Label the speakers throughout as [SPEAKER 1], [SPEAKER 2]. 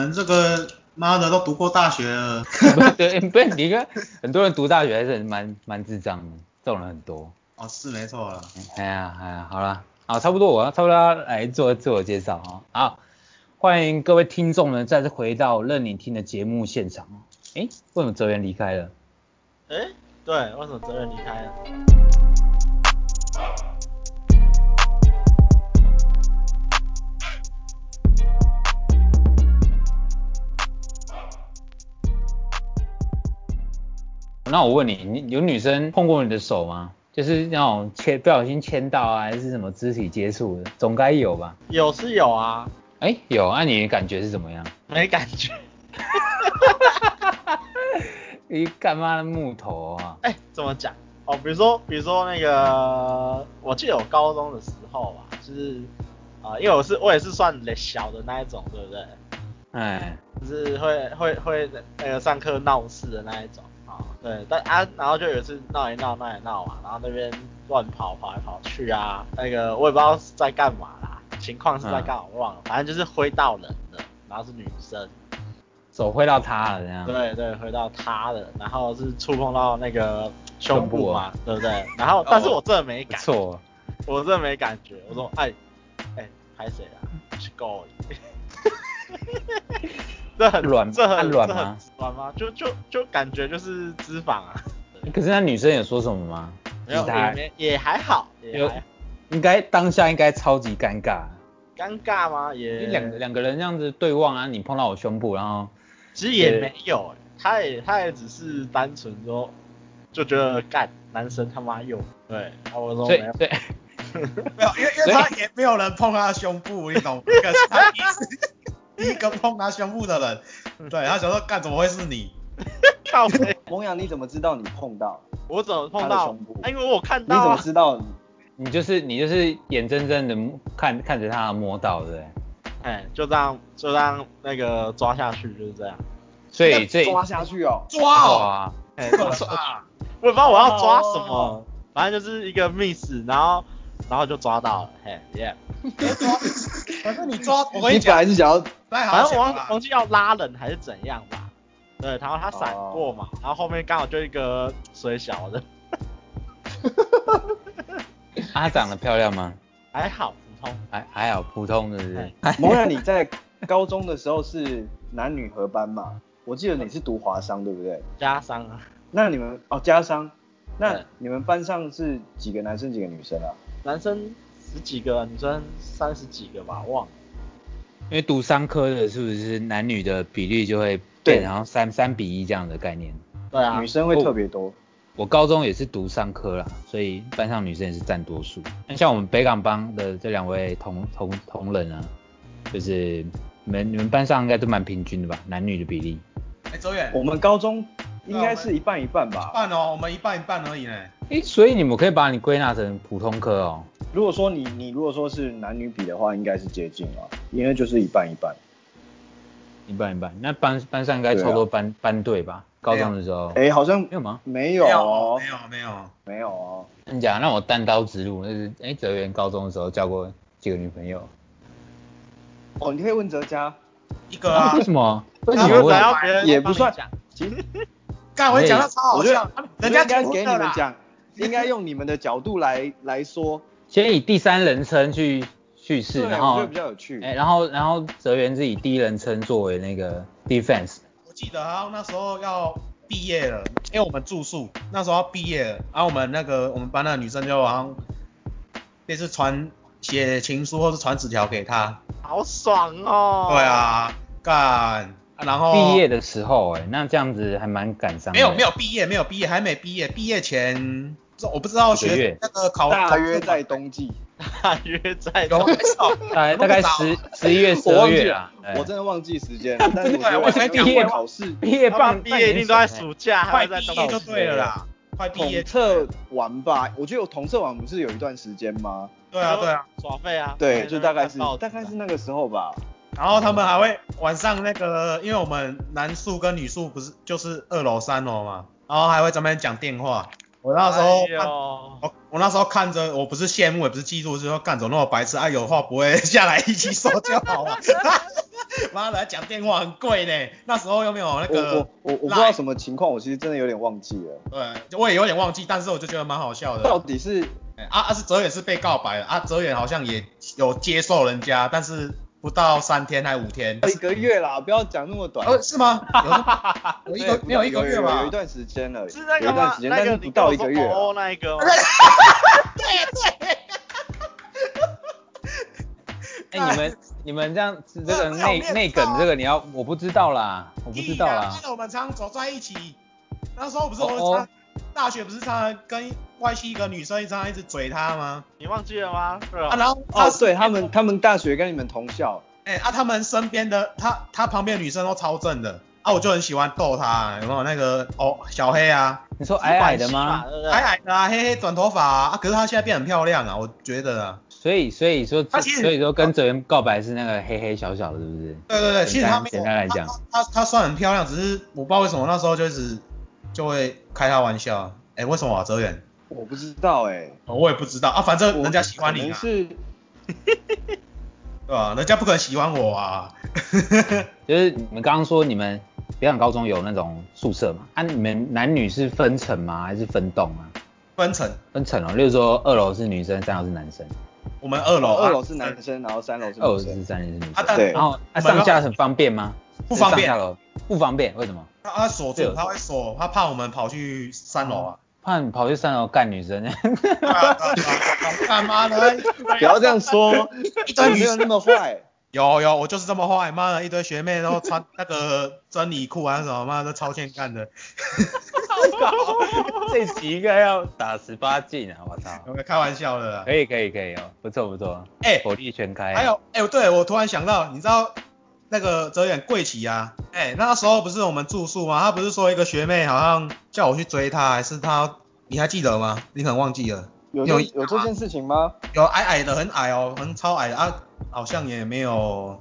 [SPEAKER 1] 们这个妈的都读过大学了，
[SPEAKER 2] 对，不是你看，很多人读大学还是很蛮蛮智障的，这种人很多。
[SPEAKER 1] 哦是没错了，
[SPEAKER 2] 哎呀哎呀，好啦，好，差不多我要差不多要来做自我介绍啊、好，欢迎各位听众呢再次回到任你听的节目现场哦。哎，为什么哲源离开了？
[SPEAKER 3] 哎、对，为什么责任离开了？
[SPEAKER 2] 那我问你，你有女生碰过你的手吗？就是那种牵不小心牵到啊，还是什么肢体接触的，总该有吧？
[SPEAKER 3] 有是有啊，
[SPEAKER 2] 哎，有，那、你的感觉是怎么样？
[SPEAKER 3] 没感觉。
[SPEAKER 2] 你干嘛的木头啊？
[SPEAKER 3] 哎、怎么讲？哦，比如说，比如说那个，我记得我高中的时候吧，就是啊、因为我是我也是算小的那一种，对不对？
[SPEAKER 2] 哎，
[SPEAKER 3] 就是会会会那个上课闹事的那一种啊、对，但啊，然后就有一次闹一闹闹一闹嘛，啊然后那边乱跑跑来跑去啊，那个我也不知道是在干嘛啦，情况是在干嘛我忘
[SPEAKER 2] 嗯
[SPEAKER 3] 了，反正就是挥到人了，然后是女生，
[SPEAKER 2] 手挥到他了这样。
[SPEAKER 3] 对对，挥到她了，然后是触碰到那个胸
[SPEAKER 2] 胸部
[SPEAKER 3] 部嘛
[SPEAKER 2] 啊，
[SPEAKER 3] 对不对？然后但是
[SPEAKER 2] 哦
[SPEAKER 3] 我真的没
[SPEAKER 2] 不
[SPEAKER 3] 感，
[SPEAKER 2] 错，
[SPEAKER 3] 我真的没感觉，我说哎哎拍谁啊？去够了。 这很
[SPEAKER 2] 软
[SPEAKER 3] 这很
[SPEAKER 2] 按软
[SPEAKER 3] 这很
[SPEAKER 2] 吗
[SPEAKER 3] 软吗？就就就感觉就是脂肪 啊，
[SPEAKER 2] 可是那女生有说什么吗？
[SPEAKER 3] 没有
[SPEAKER 2] 就是她
[SPEAKER 3] 也没啊也还好，也
[SPEAKER 2] 有
[SPEAKER 3] 还好
[SPEAKER 2] 应该当下应该超级尴尬，
[SPEAKER 3] 尴尬吗？也
[SPEAKER 2] 你两两个人这样子对望啊，你碰到我胸部，然后
[SPEAKER 3] 其实也没有、欸，他也他也只是单纯说就觉得干男生他妈有对，然后我说
[SPEAKER 2] 所以
[SPEAKER 3] 没有，
[SPEAKER 2] 所以
[SPEAKER 1] 没有，因为因为他也没有人碰他的胸部，你懂 吗？可是他第一次第一个碰他胸部的人，对他想说干怎么会是你？
[SPEAKER 3] 靠 背，
[SPEAKER 4] 萌阳，你怎么知道你碰到？
[SPEAKER 3] 我怎么碰
[SPEAKER 4] 他的
[SPEAKER 3] 到
[SPEAKER 4] 胸部？
[SPEAKER 3] 啊因为我有看
[SPEAKER 4] 你
[SPEAKER 3] 到
[SPEAKER 4] 怎么
[SPEAKER 3] 啊，
[SPEAKER 4] 知道你？
[SPEAKER 2] 你就是你就是眼睁睁的看看着他摸到的，
[SPEAKER 3] 哎，就这样就这样那个抓下去就是这样，
[SPEAKER 2] 所以所以
[SPEAKER 4] 抓下去哦。
[SPEAKER 1] 抓哦，
[SPEAKER 2] 哇，啊
[SPEAKER 3] 哎，抓
[SPEAKER 1] 抓，
[SPEAKER 3] 我也不知道我
[SPEAKER 1] 啊
[SPEAKER 3] 要抓什么，反正就是一个 miss，然后然后就抓到了，嘿耶，
[SPEAKER 1] 反正你抓，我跟你
[SPEAKER 4] 你本
[SPEAKER 1] 讲，
[SPEAKER 4] 来是想要
[SPEAKER 1] 来
[SPEAKER 3] 反
[SPEAKER 1] 好
[SPEAKER 3] 正我
[SPEAKER 1] 讲
[SPEAKER 3] 忘
[SPEAKER 1] 啦
[SPEAKER 3] 忘记要拉人还是怎样吧，对，然后他闪过
[SPEAKER 1] 哦
[SPEAKER 3] 嘛，然后后面刚好就一个水小 的，
[SPEAKER 2] 啊她长得漂亮吗？
[SPEAKER 3] 还好普通，
[SPEAKER 2] 还还好，普通是不是？
[SPEAKER 4] 萌阳，你在高中的时候是男女合班嘛？我记得你是读华商对不对？
[SPEAKER 3] 加上啊，
[SPEAKER 4] 那你们哦家商，那
[SPEAKER 3] 对
[SPEAKER 4] 你们班上是几个男生几个女生啊？
[SPEAKER 3] 男生十几个，女生三十几个吧，忘了，
[SPEAKER 2] 因为读商科的是不是男女的比例就会变，
[SPEAKER 4] 对
[SPEAKER 2] 然后三三比一这样的概念。
[SPEAKER 3] 对啊
[SPEAKER 4] 女，生会特别多。
[SPEAKER 2] 我高中也是读商科啦，所以班上女生也是占多数。那像我们北港帮的这两位同同同仁啊，就是你们你们班上应该都蛮平均的吧，男女的比例。
[SPEAKER 1] 哎周远，
[SPEAKER 4] 我们高中应该是一半一半
[SPEAKER 1] 一
[SPEAKER 4] 吧。
[SPEAKER 1] 半哦，我们一半一半而已呢。
[SPEAKER 2] 诶，所以你们可以把你归纳成普通科哦。
[SPEAKER 4] 如果说你你如果说是男女比的话，应该是接近啊，因为就是一半一半。
[SPEAKER 2] 一半一半，那班班上应该超多班、班队吧？高中的时候，
[SPEAKER 4] 啊哎、好像
[SPEAKER 2] 没有吗？
[SPEAKER 4] 没有
[SPEAKER 1] 有
[SPEAKER 4] 哦
[SPEAKER 1] 没，有没有，
[SPEAKER 4] 没有哦。
[SPEAKER 2] 你讲让我单刀直入，就是哎，哲源高中的时候交过几个女朋友？
[SPEAKER 4] 哦，你可以问哲佳，
[SPEAKER 1] 一个啊
[SPEAKER 2] 为，什么？为什
[SPEAKER 3] 你
[SPEAKER 2] 么
[SPEAKER 3] 们
[SPEAKER 2] 会
[SPEAKER 3] 只？要别人
[SPEAKER 4] 也不算
[SPEAKER 3] 帮你
[SPEAKER 4] 其实
[SPEAKER 1] 干我讲的超好笑，人家
[SPEAKER 4] 哦应该给你们
[SPEAKER 1] 讲，
[SPEAKER 4] 讲，应该用你们的角度来来 说，
[SPEAKER 2] 先以第三人称去叙事，
[SPEAKER 4] 对
[SPEAKER 2] 然
[SPEAKER 4] 我觉
[SPEAKER 2] 后
[SPEAKER 4] 得比较有趣。
[SPEAKER 1] 嗯
[SPEAKER 2] 哎、然后然后泽源是以第一人称作为那个 defense，
[SPEAKER 1] 我记得他那时候要毕业了，因为我们住宿，那时候要毕业了，然后我们那个我们班那个女生就好像类似传写情书或是传纸条给他，
[SPEAKER 3] 讲，好爽哦，
[SPEAKER 1] 对，啊，干，啊然后
[SPEAKER 2] 毕业的时候哎、那这样子还蛮感伤的。
[SPEAKER 1] 没有没有毕业没有毕业还没毕业，毕业前不知道我不知道
[SPEAKER 2] 几个
[SPEAKER 1] 学
[SPEAKER 2] 月
[SPEAKER 1] 那个考
[SPEAKER 4] 大约在冬 季，
[SPEAKER 3] 大 约在
[SPEAKER 1] 有没有
[SPEAKER 2] 大哎概大概十
[SPEAKER 1] 啊
[SPEAKER 2] 十一月十
[SPEAKER 4] 我
[SPEAKER 2] 二
[SPEAKER 4] 忘记
[SPEAKER 2] 月啊
[SPEAKER 4] 了，，
[SPEAKER 2] 哎
[SPEAKER 4] 我真的忘记 时间了。但是我
[SPEAKER 1] 对
[SPEAKER 4] 觉
[SPEAKER 1] 我
[SPEAKER 4] 得
[SPEAKER 1] 才
[SPEAKER 4] 因为
[SPEAKER 1] 毕业
[SPEAKER 4] 考试
[SPEAKER 2] 毕业
[SPEAKER 3] 他们
[SPEAKER 2] 半
[SPEAKER 3] 毕业一定都在暑假，还
[SPEAKER 1] 快
[SPEAKER 3] 有在
[SPEAKER 1] 毕
[SPEAKER 3] 冬
[SPEAKER 1] 业就对了啦，快毕
[SPEAKER 4] 统
[SPEAKER 1] 业
[SPEAKER 4] 测完吧，我觉得有统测完不是有一段时间吗？
[SPEAKER 1] 对啊对啊，，
[SPEAKER 3] 耍废啊，
[SPEAKER 4] 对，就大概
[SPEAKER 3] 看
[SPEAKER 4] 是
[SPEAKER 3] 报纸
[SPEAKER 4] 大
[SPEAKER 3] 啊
[SPEAKER 4] 概哎是那个时候吧。
[SPEAKER 1] 然后他们还会晚上那个，因为我们男宿跟女宿不是就是二楼三楼嘛，然后还会专门讲电话。我那时候
[SPEAKER 3] 哎
[SPEAKER 1] 看，
[SPEAKER 3] 呦
[SPEAKER 1] 我我那时候看着，我不是羡慕，也不是嫉妒，就是说干怎么那么白痴啊，有话不会下来一起说就好了。啊 妈的，讲电话很贵呢，那时候又没有那
[SPEAKER 4] 我
[SPEAKER 1] 个
[SPEAKER 4] 我我我不知道
[SPEAKER 1] Line
[SPEAKER 4] 什么情况，我其实真的有点忘记了，
[SPEAKER 1] 对，我也有点忘记，但是我就觉得蛮好笑的。
[SPEAKER 4] 到底是
[SPEAKER 1] 哎啊啊是泽远是被告白了啊，泽远好像也有接受人家，但是不到三天还五天。
[SPEAKER 4] 一个月啦，不要讲那么短。
[SPEAKER 1] 呃，是吗？有有一
[SPEAKER 4] 对
[SPEAKER 1] 个
[SPEAKER 4] 不
[SPEAKER 1] 没有一
[SPEAKER 4] 有
[SPEAKER 1] 个月
[SPEAKER 4] 有有
[SPEAKER 1] 吧
[SPEAKER 4] 一？段时间了，
[SPEAKER 3] 是那个
[SPEAKER 4] 有一段
[SPEAKER 3] 吗
[SPEAKER 4] 时？间，
[SPEAKER 3] 那
[SPEAKER 4] 但
[SPEAKER 3] 个
[SPEAKER 4] 是
[SPEAKER 3] 你
[SPEAKER 4] 不
[SPEAKER 3] 跟
[SPEAKER 4] 到
[SPEAKER 3] 我
[SPEAKER 4] 一
[SPEAKER 3] 说
[SPEAKER 4] 个月
[SPEAKER 3] 哦
[SPEAKER 4] 啊。
[SPEAKER 3] 哦那一个吗，
[SPEAKER 2] 哎、你们你们这样子这个
[SPEAKER 1] 那那我
[SPEAKER 2] 内
[SPEAKER 1] 没有
[SPEAKER 2] 内
[SPEAKER 1] 知道啊啊
[SPEAKER 2] 梗这个你要我不知道啦，我不知道
[SPEAKER 1] 啦
[SPEAKER 2] 啦。。
[SPEAKER 1] 那我们常常走在一起，那时候不是
[SPEAKER 2] 哦
[SPEAKER 1] 我常、
[SPEAKER 2] 哦
[SPEAKER 1] 大学不是常常跟外系一个女生一常常一直嘴她吗？
[SPEAKER 3] 你忘记了吗？对
[SPEAKER 1] 啊，
[SPEAKER 3] 吧？
[SPEAKER 1] 然后她
[SPEAKER 4] 哦，
[SPEAKER 1] 是
[SPEAKER 4] 对他们，他们大学跟你们同校，
[SPEAKER 1] 哎、啊，他们身边的他他旁边的女生都超正的啊，我就很喜欢逗她，有没有那个哦小黑啊，
[SPEAKER 2] 你说矮矮的
[SPEAKER 3] 嘛，
[SPEAKER 2] 吗？
[SPEAKER 3] 对不对？
[SPEAKER 1] 矮矮的啊，黑黑短头发啊，啊可是她现在变很漂亮啊，我觉得啊，
[SPEAKER 2] 所以所以说
[SPEAKER 1] 他其实
[SPEAKER 2] 所以说跟泽源告白是那个黑黑小小的，是不是？
[SPEAKER 1] 对对对，其
[SPEAKER 2] 简
[SPEAKER 1] 实她
[SPEAKER 2] 单
[SPEAKER 1] 没有
[SPEAKER 2] 简单来讲，
[SPEAKER 1] 她她她她算很漂亮，只是我不知道为什么那时候就是就会开她玩笑，哎、为什么啊哲远？
[SPEAKER 4] 我不知道哎，
[SPEAKER 1] 哦我也不知道啊，反正
[SPEAKER 4] 我
[SPEAKER 1] 人家喜欢你
[SPEAKER 4] 可能
[SPEAKER 1] 啊，
[SPEAKER 4] 是
[SPEAKER 1] 对吧、人家不可能喜欢我啊，
[SPEAKER 2] 就是你们刚刚说你们北港高中有那种宿舍嘛？啊，你们男女是分层吗？还是分栋啊？
[SPEAKER 1] 分层，
[SPEAKER 2] 分层哦，例如说二楼是女生，三楼是男生，
[SPEAKER 1] 我们二楼、啊，
[SPEAKER 4] 哦二楼是男生，然后三楼是
[SPEAKER 2] 二楼
[SPEAKER 4] 女
[SPEAKER 2] 是
[SPEAKER 4] 生，
[SPEAKER 2] 三楼是女
[SPEAKER 1] 啊
[SPEAKER 2] 生。
[SPEAKER 1] 但
[SPEAKER 4] 对
[SPEAKER 2] 然后啊上下很方便吗？
[SPEAKER 1] 不方便
[SPEAKER 2] 上下楼不方便，为什么？
[SPEAKER 1] 他他锁
[SPEAKER 2] 对
[SPEAKER 1] 住，他会锁，他怕我们跑去三楼
[SPEAKER 4] 哦
[SPEAKER 1] 啊。
[SPEAKER 2] 怕你跑去三楼干女生。
[SPEAKER 1] 对啊对啊对啊对啊 干嘛呢？
[SPEAKER 4] 哎不要这样 说，
[SPEAKER 1] 一
[SPEAKER 4] 我
[SPEAKER 1] 堆
[SPEAKER 4] 没
[SPEAKER 1] 女
[SPEAKER 4] 有
[SPEAKER 1] 生
[SPEAKER 4] 那么坏。
[SPEAKER 1] 有有，我就是这么坏，妈的，一堆学妹都穿那个真理裤啊什么，妈的，超欠干的。
[SPEAKER 2] 这集应该要打十八禁啊！我操，
[SPEAKER 1] 有没有开玩笑的啦？
[SPEAKER 2] 可以可以可以哦，不错不错，
[SPEAKER 1] 哎
[SPEAKER 2] 火力全开。
[SPEAKER 1] 还有，哎、对我突然想到，你知道那个泽远贵旗啊？哎、那时候不是我们住宿吗？他不是说一个学妹好像叫我去追她，还是她？你还记得吗？你可能忘记了。
[SPEAKER 4] 有
[SPEAKER 1] 有
[SPEAKER 4] 这有这件事情吗？
[SPEAKER 1] 有矮矮的，很矮哦，很超矮的啊，好像也没有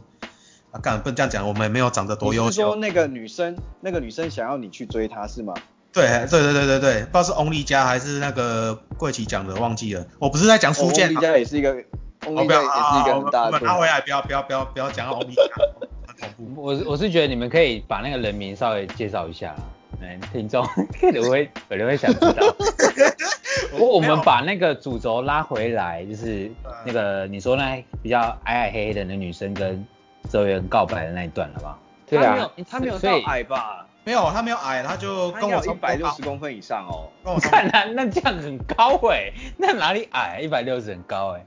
[SPEAKER 1] 啊，干不能这样讲，我们也没有长得多
[SPEAKER 4] 你
[SPEAKER 1] 优
[SPEAKER 4] 是说
[SPEAKER 1] 秀。
[SPEAKER 4] 那个女生，那个女生想要你去追她是吗？
[SPEAKER 1] 对对对对对对，不知道是翁立佳还是那个桂琪讲的，忘记了。我不是在讲苏建
[SPEAKER 4] 翁立
[SPEAKER 1] 啊，
[SPEAKER 4] 佳哦也是一个，翁
[SPEAKER 1] 哦
[SPEAKER 4] 立
[SPEAKER 1] 不
[SPEAKER 4] 佳
[SPEAKER 1] 要
[SPEAKER 4] 也是一个很大
[SPEAKER 1] 啊，我
[SPEAKER 4] 的
[SPEAKER 1] 们拉回来，不要不要不要不要讲到 翁立佳，很恐怖。
[SPEAKER 2] 我是我是觉得你们可以把那个人名稍微介绍一下啦，嗯，听众可能会可能会想知 道。我我们把那个主轴拉回来，就是
[SPEAKER 4] 呃
[SPEAKER 2] 那个你说那比较矮矮黑黑的那女生跟周元告白的那一段，好不好？
[SPEAKER 4] 对
[SPEAKER 2] 啊
[SPEAKER 4] 啊，他没有
[SPEAKER 2] 所
[SPEAKER 4] 到
[SPEAKER 2] 以
[SPEAKER 4] 矮吧？
[SPEAKER 1] 没有，他没有矮，他就
[SPEAKER 4] 他
[SPEAKER 1] 跟我
[SPEAKER 4] 要
[SPEAKER 1] 差
[SPEAKER 4] 一
[SPEAKER 1] 不多
[SPEAKER 4] 百六
[SPEAKER 1] 高
[SPEAKER 4] 十，公分以上哦。
[SPEAKER 1] 跟我差不多
[SPEAKER 2] 看啊，那这样很高哎、那哪里矮？一百六十很高哎、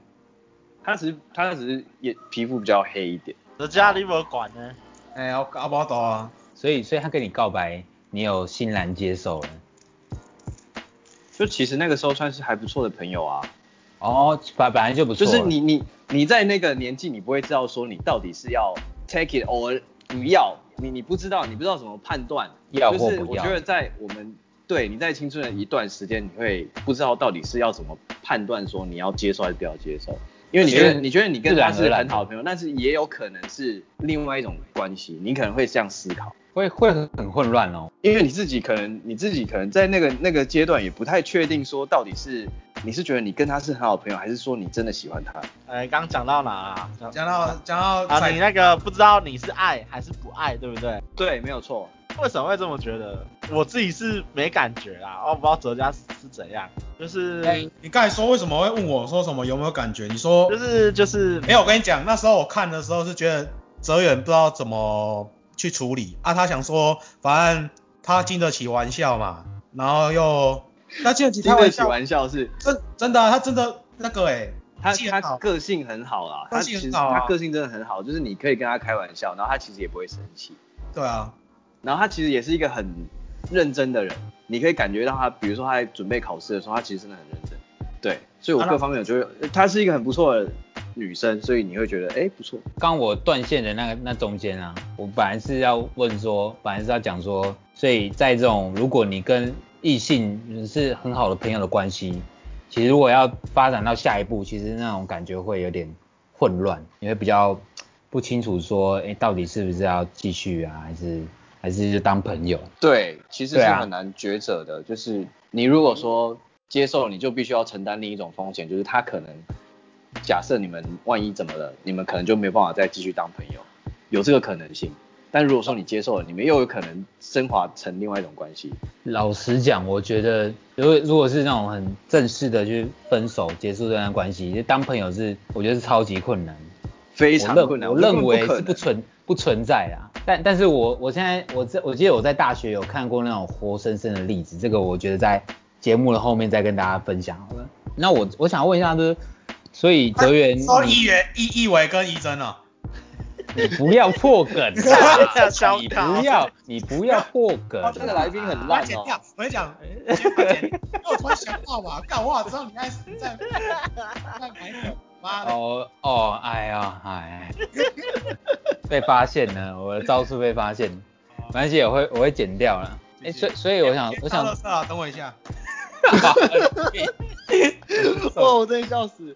[SPEAKER 4] 他只是他只是也皮肤比较黑一点，
[SPEAKER 3] 人家你没管呢，
[SPEAKER 1] 哎、我搞不懂啊。
[SPEAKER 2] 所以所以他跟你告白，你有欣然接受了。
[SPEAKER 4] 就其实那个时候算是还不错的朋友啊。
[SPEAKER 2] 哦，本本来就不错
[SPEAKER 4] 就
[SPEAKER 2] 了，
[SPEAKER 4] 是你你你在那个年纪，你不会知道说你到底是要 take it or 不要，你你不知道，你不知道怎么判断。
[SPEAKER 2] 要或
[SPEAKER 4] 就是
[SPEAKER 2] 不
[SPEAKER 4] 我
[SPEAKER 2] 要
[SPEAKER 4] 觉得在我们对你在青春的一段时间，你会不知道到底是要怎么判断说你要接受还是不要接受。因为你觉
[SPEAKER 2] 是
[SPEAKER 4] 得你觉得你跟他
[SPEAKER 2] 自
[SPEAKER 4] 是
[SPEAKER 2] 然而然
[SPEAKER 4] 很好的朋友，但是也有可能是另外一种关系，你可能会这样思考，
[SPEAKER 2] 会会很很混乱哦。
[SPEAKER 4] 因为你自己可能你自己可能在那个那个阶段也不太确定说到底是你是觉得你跟他是很好的朋友，还是说你真的喜欢他。
[SPEAKER 3] 哎，刚讲到哪啊？讲
[SPEAKER 1] 讲到讲到
[SPEAKER 3] 啊，
[SPEAKER 1] 在
[SPEAKER 3] 你那个不知道你是爱还是不爱，对不对？
[SPEAKER 4] 对，没有错。
[SPEAKER 3] 为什么会这么觉得？我自己是没感觉啦，我不知道哲家是是怎样，就是、
[SPEAKER 4] 哎
[SPEAKER 1] 你刚才说为什么会问我说什么有没有感觉？你说
[SPEAKER 3] 就是就是
[SPEAKER 1] 没有，我跟你讲，那时候我看的时候是觉得哲远不知道怎么去处理啊，他想说反正他经得起玩笑嘛，然后又他经得起
[SPEAKER 4] 经
[SPEAKER 1] 开
[SPEAKER 4] 得
[SPEAKER 1] 玩
[SPEAKER 4] 起
[SPEAKER 1] 笑，
[SPEAKER 4] 玩笑是
[SPEAKER 1] 真真的啊、他真的那个哎、
[SPEAKER 4] 他
[SPEAKER 1] 记得
[SPEAKER 4] 他
[SPEAKER 1] 好
[SPEAKER 4] 个性很好啦，
[SPEAKER 1] 个
[SPEAKER 4] 他
[SPEAKER 1] 性
[SPEAKER 4] 其
[SPEAKER 1] 很
[SPEAKER 4] 实
[SPEAKER 1] 好啊
[SPEAKER 4] 他个性真的很好，就是你可以跟他开玩笑，然后他其实也不会生气，
[SPEAKER 1] 对啊，
[SPEAKER 4] 然后他其实也是一个很认真的人，你可以感觉到他，比如说他在准备考试的时候，他其实真的很认真，对，所以我
[SPEAKER 1] 啊那
[SPEAKER 4] 各方面我觉得呃她是一个很不错的女生，所以你会觉得哎、不错，
[SPEAKER 2] 刚我断线的那个那中间啊，我本来是要问说，本来是要讲说，所以在这种如果你跟异性是很好的朋友的关系，其实如果要发展到下一步，其实那种感觉会有点混乱，你会比较不清楚说，哎、到底是不是要继续啊，还是还是就当朋友？
[SPEAKER 4] 对，其实
[SPEAKER 2] 对
[SPEAKER 4] 是
[SPEAKER 2] 啊
[SPEAKER 4] 很难抉择的，就是你如果说接受，你就必须要承担另一种风险，就是他可能假设你们万一怎么了，你们可能就没有办法再继续当朋友。有这个可能性。但如果说你接受了，你们又有可能升华成另外一种关系。
[SPEAKER 2] 老实讲，我觉得如果如果是那种很正式的去分手结束这段关系，就当朋友是我觉得是超级困难，
[SPEAKER 4] 非常
[SPEAKER 2] 我
[SPEAKER 4] 困难，
[SPEAKER 2] 认我认
[SPEAKER 4] 我根
[SPEAKER 2] 为
[SPEAKER 4] 本
[SPEAKER 2] 是
[SPEAKER 4] 可能
[SPEAKER 2] 不存不存在啦。但但是我我现在我在我记得我在大学有看过那种活生生的例子，这个我觉得在节目的后面再跟大家分享好了。那我我想问一下，就是所以哲源，
[SPEAKER 1] 说
[SPEAKER 2] 你
[SPEAKER 1] 一元一一维跟一真哦，
[SPEAKER 2] 你不要破梗啊，你不要你不要破梗啊，
[SPEAKER 4] 这个来宾很
[SPEAKER 1] 把它
[SPEAKER 4] 烂
[SPEAKER 1] 剪
[SPEAKER 4] 哦
[SPEAKER 1] 掉。，我跟哎你讲，先把它剪，因为我突然想到嘛，干我好知道你在你在在哪一个，妈的，
[SPEAKER 2] 哦哦，哎呀，哎，被发现了，我的招数被发现，没关系，我会我会剪掉了。哎、所以所以我想我想，
[SPEAKER 1] 乐色啊，等我一下，
[SPEAKER 4] 哇，我真的笑死！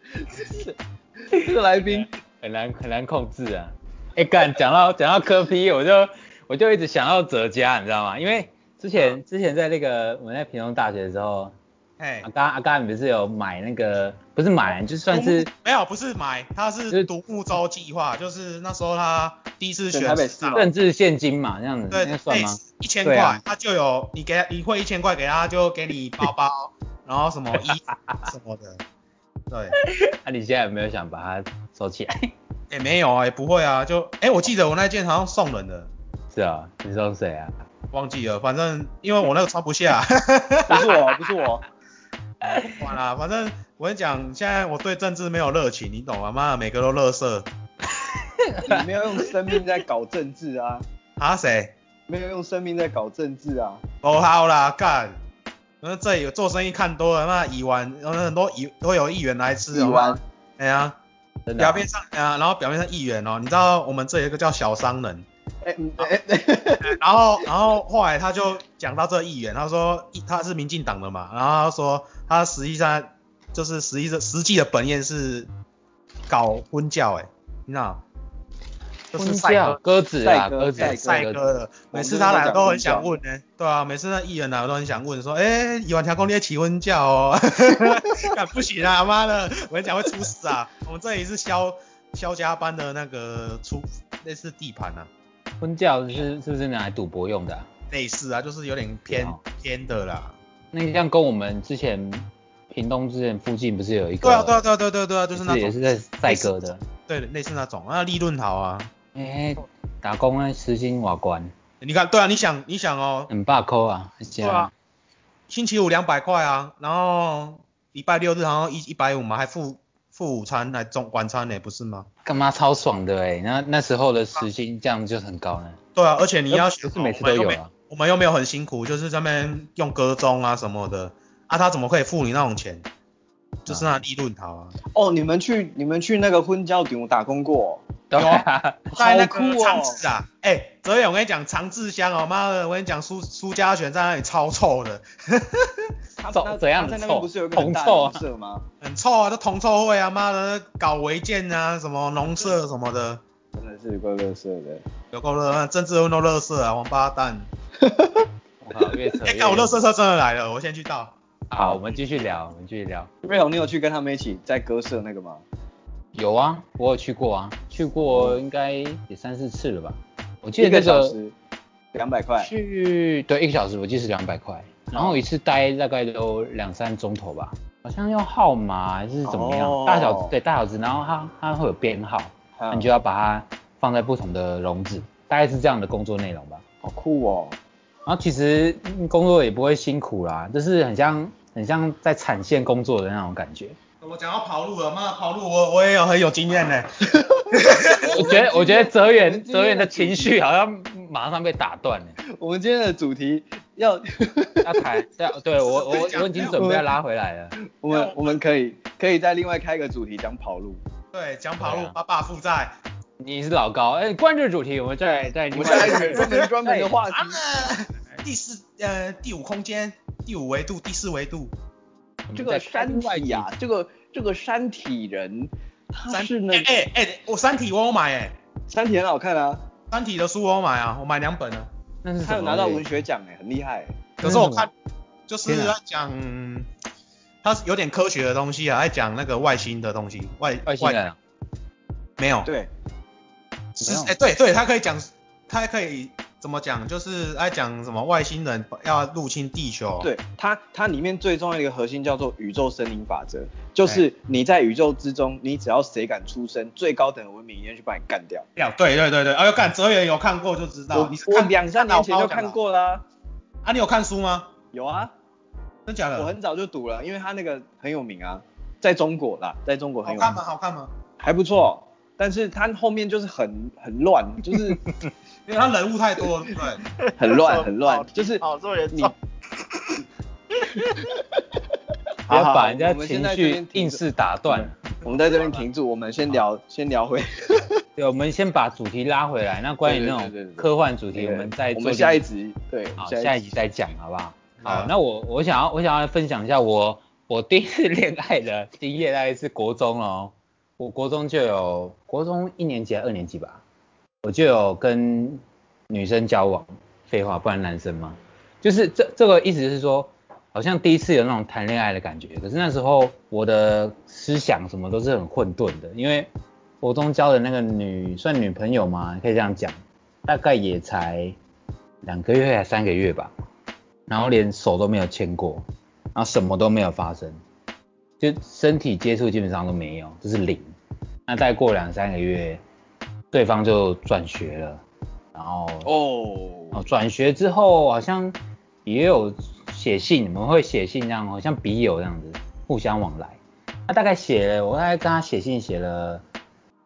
[SPEAKER 4] 这个来宾
[SPEAKER 2] 很难很难控制啊。哎、干，讲到讲到科批，我就我就一直想到哲家，你知道吗？因为之
[SPEAKER 1] 嗯
[SPEAKER 2] 前之前在那个我们在屏东大学的时候，
[SPEAKER 1] 哎
[SPEAKER 2] 阿，刚阿刚你不是有买那个不是买，就算是
[SPEAKER 1] 独木没有不是买，他
[SPEAKER 2] 就是
[SPEAKER 1] 是独木舟计划，就是那时候他第一次选
[SPEAKER 4] 选台北市嘛
[SPEAKER 2] 政治现金嘛，这样子，
[SPEAKER 1] 对，
[SPEAKER 2] 那算吗？
[SPEAKER 1] 一千
[SPEAKER 2] 对啊
[SPEAKER 1] 块，他就有你给他，你汇一千块给他，就给你包包，然后什么衣服啊什么的。对，
[SPEAKER 2] 那、你现啊在有没有想把它收起 来？
[SPEAKER 1] 也、没有啊，也不会啊，就哎、我记得我那件好像送人的，
[SPEAKER 2] 是啊，你说谁啊？
[SPEAKER 1] 忘记了，反正因为我那个穿不下，
[SPEAKER 4] 不是我，不是 我，
[SPEAKER 1] 完了，反正我跟你讲，现在我对政治没有热情，你懂吗？妈的，每个都乐色。
[SPEAKER 4] 你没有用生命在搞政治啊，
[SPEAKER 1] 啊谁？
[SPEAKER 4] 没有用生命在搞政治啊。
[SPEAKER 1] 不好啦，干。那这里有做生意看多了，那乙烷，然后很多乙都有议员来吃
[SPEAKER 4] 乙
[SPEAKER 1] 哦。
[SPEAKER 4] 烷，
[SPEAKER 1] 哎呀，
[SPEAKER 2] 真的啊、
[SPEAKER 1] 表面上哎呀，然后表面上议员哦，你知道我们这里有一个叫小商人，
[SPEAKER 4] 哎嗯哎哎，
[SPEAKER 1] 然后， 然后后来他就讲到这议员，他说一他是民进党的嘛，然后他说他实际上就是实际的实际的本业是搞婚教、欸，哎，你知道，就是赛
[SPEAKER 2] 教
[SPEAKER 1] 鸽
[SPEAKER 2] 鸽子啊，
[SPEAKER 4] 赛鸽
[SPEAKER 2] 鸽子，
[SPEAKER 4] 赛鸽
[SPEAKER 1] 赛
[SPEAKER 2] 鸽
[SPEAKER 1] 鸽
[SPEAKER 2] 子。
[SPEAKER 1] 的，每次他来都很想问呢、对啊，每次那议员来我都很想问说，哎、有完条公你在起婚教哦， 干不行啊，妈的，我跟你讲会出事啊，我们这里是肖肖家班的那个出类似地盘啊。
[SPEAKER 2] 婚教是是不是拿来赌博用的啊、
[SPEAKER 1] 类似啊，就是有点偏
[SPEAKER 2] 哦
[SPEAKER 1] 偏的啦。
[SPEAKER 2] 那你像跟我们之前屏东之前附近不是有一个？
[SPEAKER 1] 对啊，对啊，对啊，对啊对啊对啊，
[SPEAKER 2] 就
[SPEAKER 1] 就是那
[SPEAKER 2] 也
[SPEAKER 1] 种，
[SPEAKER 2] 是在赛鸽的。
[SPEAKER 1] 对，类似那种，那利润好啊。
[SPEAKER 2] 哎、打工啊，时薪瓦关，
[SPEAKER 1] 你看，对啊，你想，你想哦，
[SPEAKER 2] 很霸扣啊，对
[SPEAKER 1] 对啊，星期五两百块啊，然后礼拜六日好像一一百五嘛，还付付午餐还中晚餐呢，不是吗？
[SPEAKER 2] 干嘛超爽的哎、那那时候的时薪这样就很高了。
[SPEAKER 1] 对啊，而且你要
[SPEAKER 2] 呃不
[SPEAKER 1] 想
[SPEAKER 2] 是
[SPEAKER 1] 哦
[SPEAKER 2] 每次都
[SPEAKER 1] 我
[SPEAKER 2] 有
[SPEAKER 1] 们又
[SPEAKER 2] 啊
[SPEAKER 1] 没，我们又没有很辛苦，就是专门用歌中啊什么的，啊他怎么可以付你那种钱？就是那利润好啊，
[SPEAKER 4] 哦，你们去你们去那个婚交顶打工过哦
[SPEAKER 2] 对 啊，
[SPEAKER 1] 在那
[SPEAKER 4] 好酷
[SPEAKER 1] 个
[SPEAKER 4] 哦
[SPEAKER 1] 长治啊，哎、泽远，我跟你讲，长治乡哦，妈的，我跟你讲，苏苏家全在那里超臭的，
[SPEAKER 4] 哦？
[SPEAKER 2] 怎
[SPEAKER 4] 他
[SPEAKER 2] 怎样
[SPEAKER 4] 他在
[SPEAKER 2] 臭
[SPEAKER 4] 那边不是有一个很大的
[SPEAKER 2] 红
[SPEAKER 4] 农舍吗？
[SPEAKER 1] 很臭啊，这同臭会啊，妈的，搞违建啊，什么农舍什么的，
[SPEAKER 4] 真的是有个乐色的。
[SPEAKER 1] 有够热，政治人都乐色啊，王八蛋！
[SPEAKER 2] 我靠，越扯
[SPEAKER 1] 哎、
[SPEAKER 2] 越
[SPEAKER 1] 欸，看我乐色车真的来了，我先去倒。
[SPEAKER 2] 好，我们继续聊，我们继续聊。
[SPEAKER 4] 瑞红，你有去跟他们一起在歌社那个吗？
[SPEAKER 2] 有啊，我有去过啊，去过应该也三四次了吧。我记
[SPEAKER 4] 一
[SPEAKER 2] 得
[SPEAKER 4] 个
[SPEAKER 2] 那
[SPEAKER 4] 小
[SPEAKER 2] 个
[SPEAKER 4] 时两百块，
[SPEAKER 2] 去对一个小时，我记得是两百块，然后一次待大概都两三钟头吧，好像要号码还是怎么样，
[SPEAKER 4] 哦
[SPEAKER 2] 大小对大小只，然后它它会有编号，
[SPEAKER 4] 啊
[SPEAKER 2] 你就要把它放在不同的笼子，大概是这样的工作内容吧。
[SPEAKER 4] 好酷哦。
[SPEAKER 2] 然后其实嗯工作也不会辛苦啦，就是很像很像在产线工作的那种感觉。
[SPEAKER 1] 我讲到跑路了，妈的跑路我我也有很有经验呢、
[SPEAKER 2] 我觉得我觉得哲
[SPEAKER 4] 我们
[SPEAKER 2] 远
[SPEAKER 4] 今天
[SPEAKER 2] 哲远的情绪好像马上被打断了。
[SPEAKER 4] 我们今天的主题要，
[SPEAKER 2] 要谈，对对我我
[SPEAKER 1] 我跟你讲
[SPEAKER 2] 我已经准备要拉回来了。
[SPEAKER 4] 我们我们可以可以再另外开一个主题讲跑路。
[SPEAKER 1] 对，讲跑路，
[SPEAKER 2] 对啊
[SPEAKER 1] 爸爸负债。
[SPEAKER 2] 你是老高，哎，关于这个主题，我们再再
[SPEAKER 4] 我
[SPEAKER 2] 另
[SPEAKER 4] 们下
[SPEAKER 2] 外
[SPEAKER 4] 一个专门专门的话题。
[SPEAKER 1] 啊，第四呃第五空间，第五维度，第四维度，
[SPEAKER 4] 这个山体呀、这个这个山体人，他
[SPEAKER 1] 三
[SPEAKER 4] 啊是呢
[SPEAKER 1] 哎，哎哎，我三体我有买哎、
[SPEAKER 4] 山体很好看啊，
[SPEAKER 1] 三体的书我有买啊，我买两本啊。
[SPEAKER 2] 那是什
[SPEAKER 4] 他
[SPEAKER 2] 么
[SPEAKER 4] 有拿到文学奖哎、很厉害、
[SPEAKER 1] 可
[SPEAKER 2] 真的
[SPEAKER 1] 是我
[SPEAKER 2] 吗
[SPEAKER 1] 看就是
[SPEAKER 2] 天啊
[SPEAKER 1] 在讲，它是有点科学的东西啊，在讲那个外星的东西，外
[SPEAKER 2] 外星人啊，
[SPEAKER 1] 没有，
[SPEAKER 4] 对，
[SPEAKER 1] 是
[SPEAKER 4] 没有
[SPEAKER 2] 啊
[SPEAKER 1] 哎、对对，他可以讲，他还可以怎么讲？就是爱讲什么外星人要入侵地球，
[SPEAKER 4] 对它，它里面最重要的一个核心叫做宇宙森林法则，就是你在宇宙之中，你只要谁敢出声，最高等的文明一定去把你干掉。
[SPEAKER 1] 掉，对对对对，哎呦干，哲远有看过就知道，
[SPEAKER 4] 我
[SPEAKER 1] 你是
[SPEAKER 4] 我
[SPEAKER 1] 看
[SPEAKER 4] 两三年前就
[SPEAKER 1] 看
[SPEAKER 4] 看
[SPEAKER 1] 过
[SPEAKER 4] 过啦、
[SPEAKER 1] 啊？你有看书吗？
[SPEAKER 4] 有啊，
[SPEAKER 1] 真假的？
[SPEAKER 4] 我很早就读了，因为它那个很有名啊，在中国啦，在中国很
[SPEAKER 1] 好
[SPEAKER 4] 有
[SPEAKER 1] 看
[SPEAKER 4] 名
[SPEAKER 1] 吗？，好看吗？
[SPEAKER 4] 还不错。但是它后面就是很很乱，就是
[SPEAKER 1] 因为他人物太 多了，对不对？
[SPEAKER 4] 很乱很乱，就是
[SPEAKER 3] 哦这么严
[SPEAKER 4] 你
[SPEAKER 3] 重，
[SPEAKER 2] 不要把人家
[SPEAKER 4] 我们现
[SPEAKER 2] 情
[SPEAKER 4] 在这边
[SPEAKER 2] 绪
[SPEAKER 4] 停
[SPEAKER 2] 硬
[SPEAKER 4] 止
[SPEAKER 2] 是打 断。
[SPEAKER 4] 我们在这边停住，我们先聊先聊回
[SPEAKER 2] 对，我们先把主题拉回来。那关于那
[SPEAKER 4] 对对对对
[SPEAKER 2] 种
[SPEAKER 4] 对
[SPEAKER 2] 科幻主
[SPEAKER 4] 那
[SPEAKER 2] 题，
[SPEAKER 4] 个
[SPEAKER 2] 我们再
[SPEAKER 4] 我
[SPEAKER 2] 做
[SPEAKER 4] 们下一集对
[SPEAKER 2] 好，
[SPEAKER 4] 一
[SPEAKER 2] 下一集再讲，好不好？
[SPEAKER 1] 好
[SPEAKER 2] 好，那我我想要我想要分享一下我我第一次恋爱的第一恋爱是国中哦，我国中就有国中一年级还是二年级吧，我就有跟女生交往，废话，不然男生吗？就是这这个意思是说，好像第一次有那种谈恋爱的感觉，可是那时候我的思想什么都是很混沌的，因为国中交的那个女算女朋友嘛，可以这样讲，大概也才两个月还三个月吧，然后连手都没有牵过，然后什么都没有发生，就身体接触基本上都没有，就是零。那再过两三个月，对方就转学了，然后
[SPEAKER 4] 哦
[SPEAKER 2] 哦，转学之后好像也有写信，你们会写信这样，好像笔友这样子互相往来。他大概写了，我大概跟他写信写了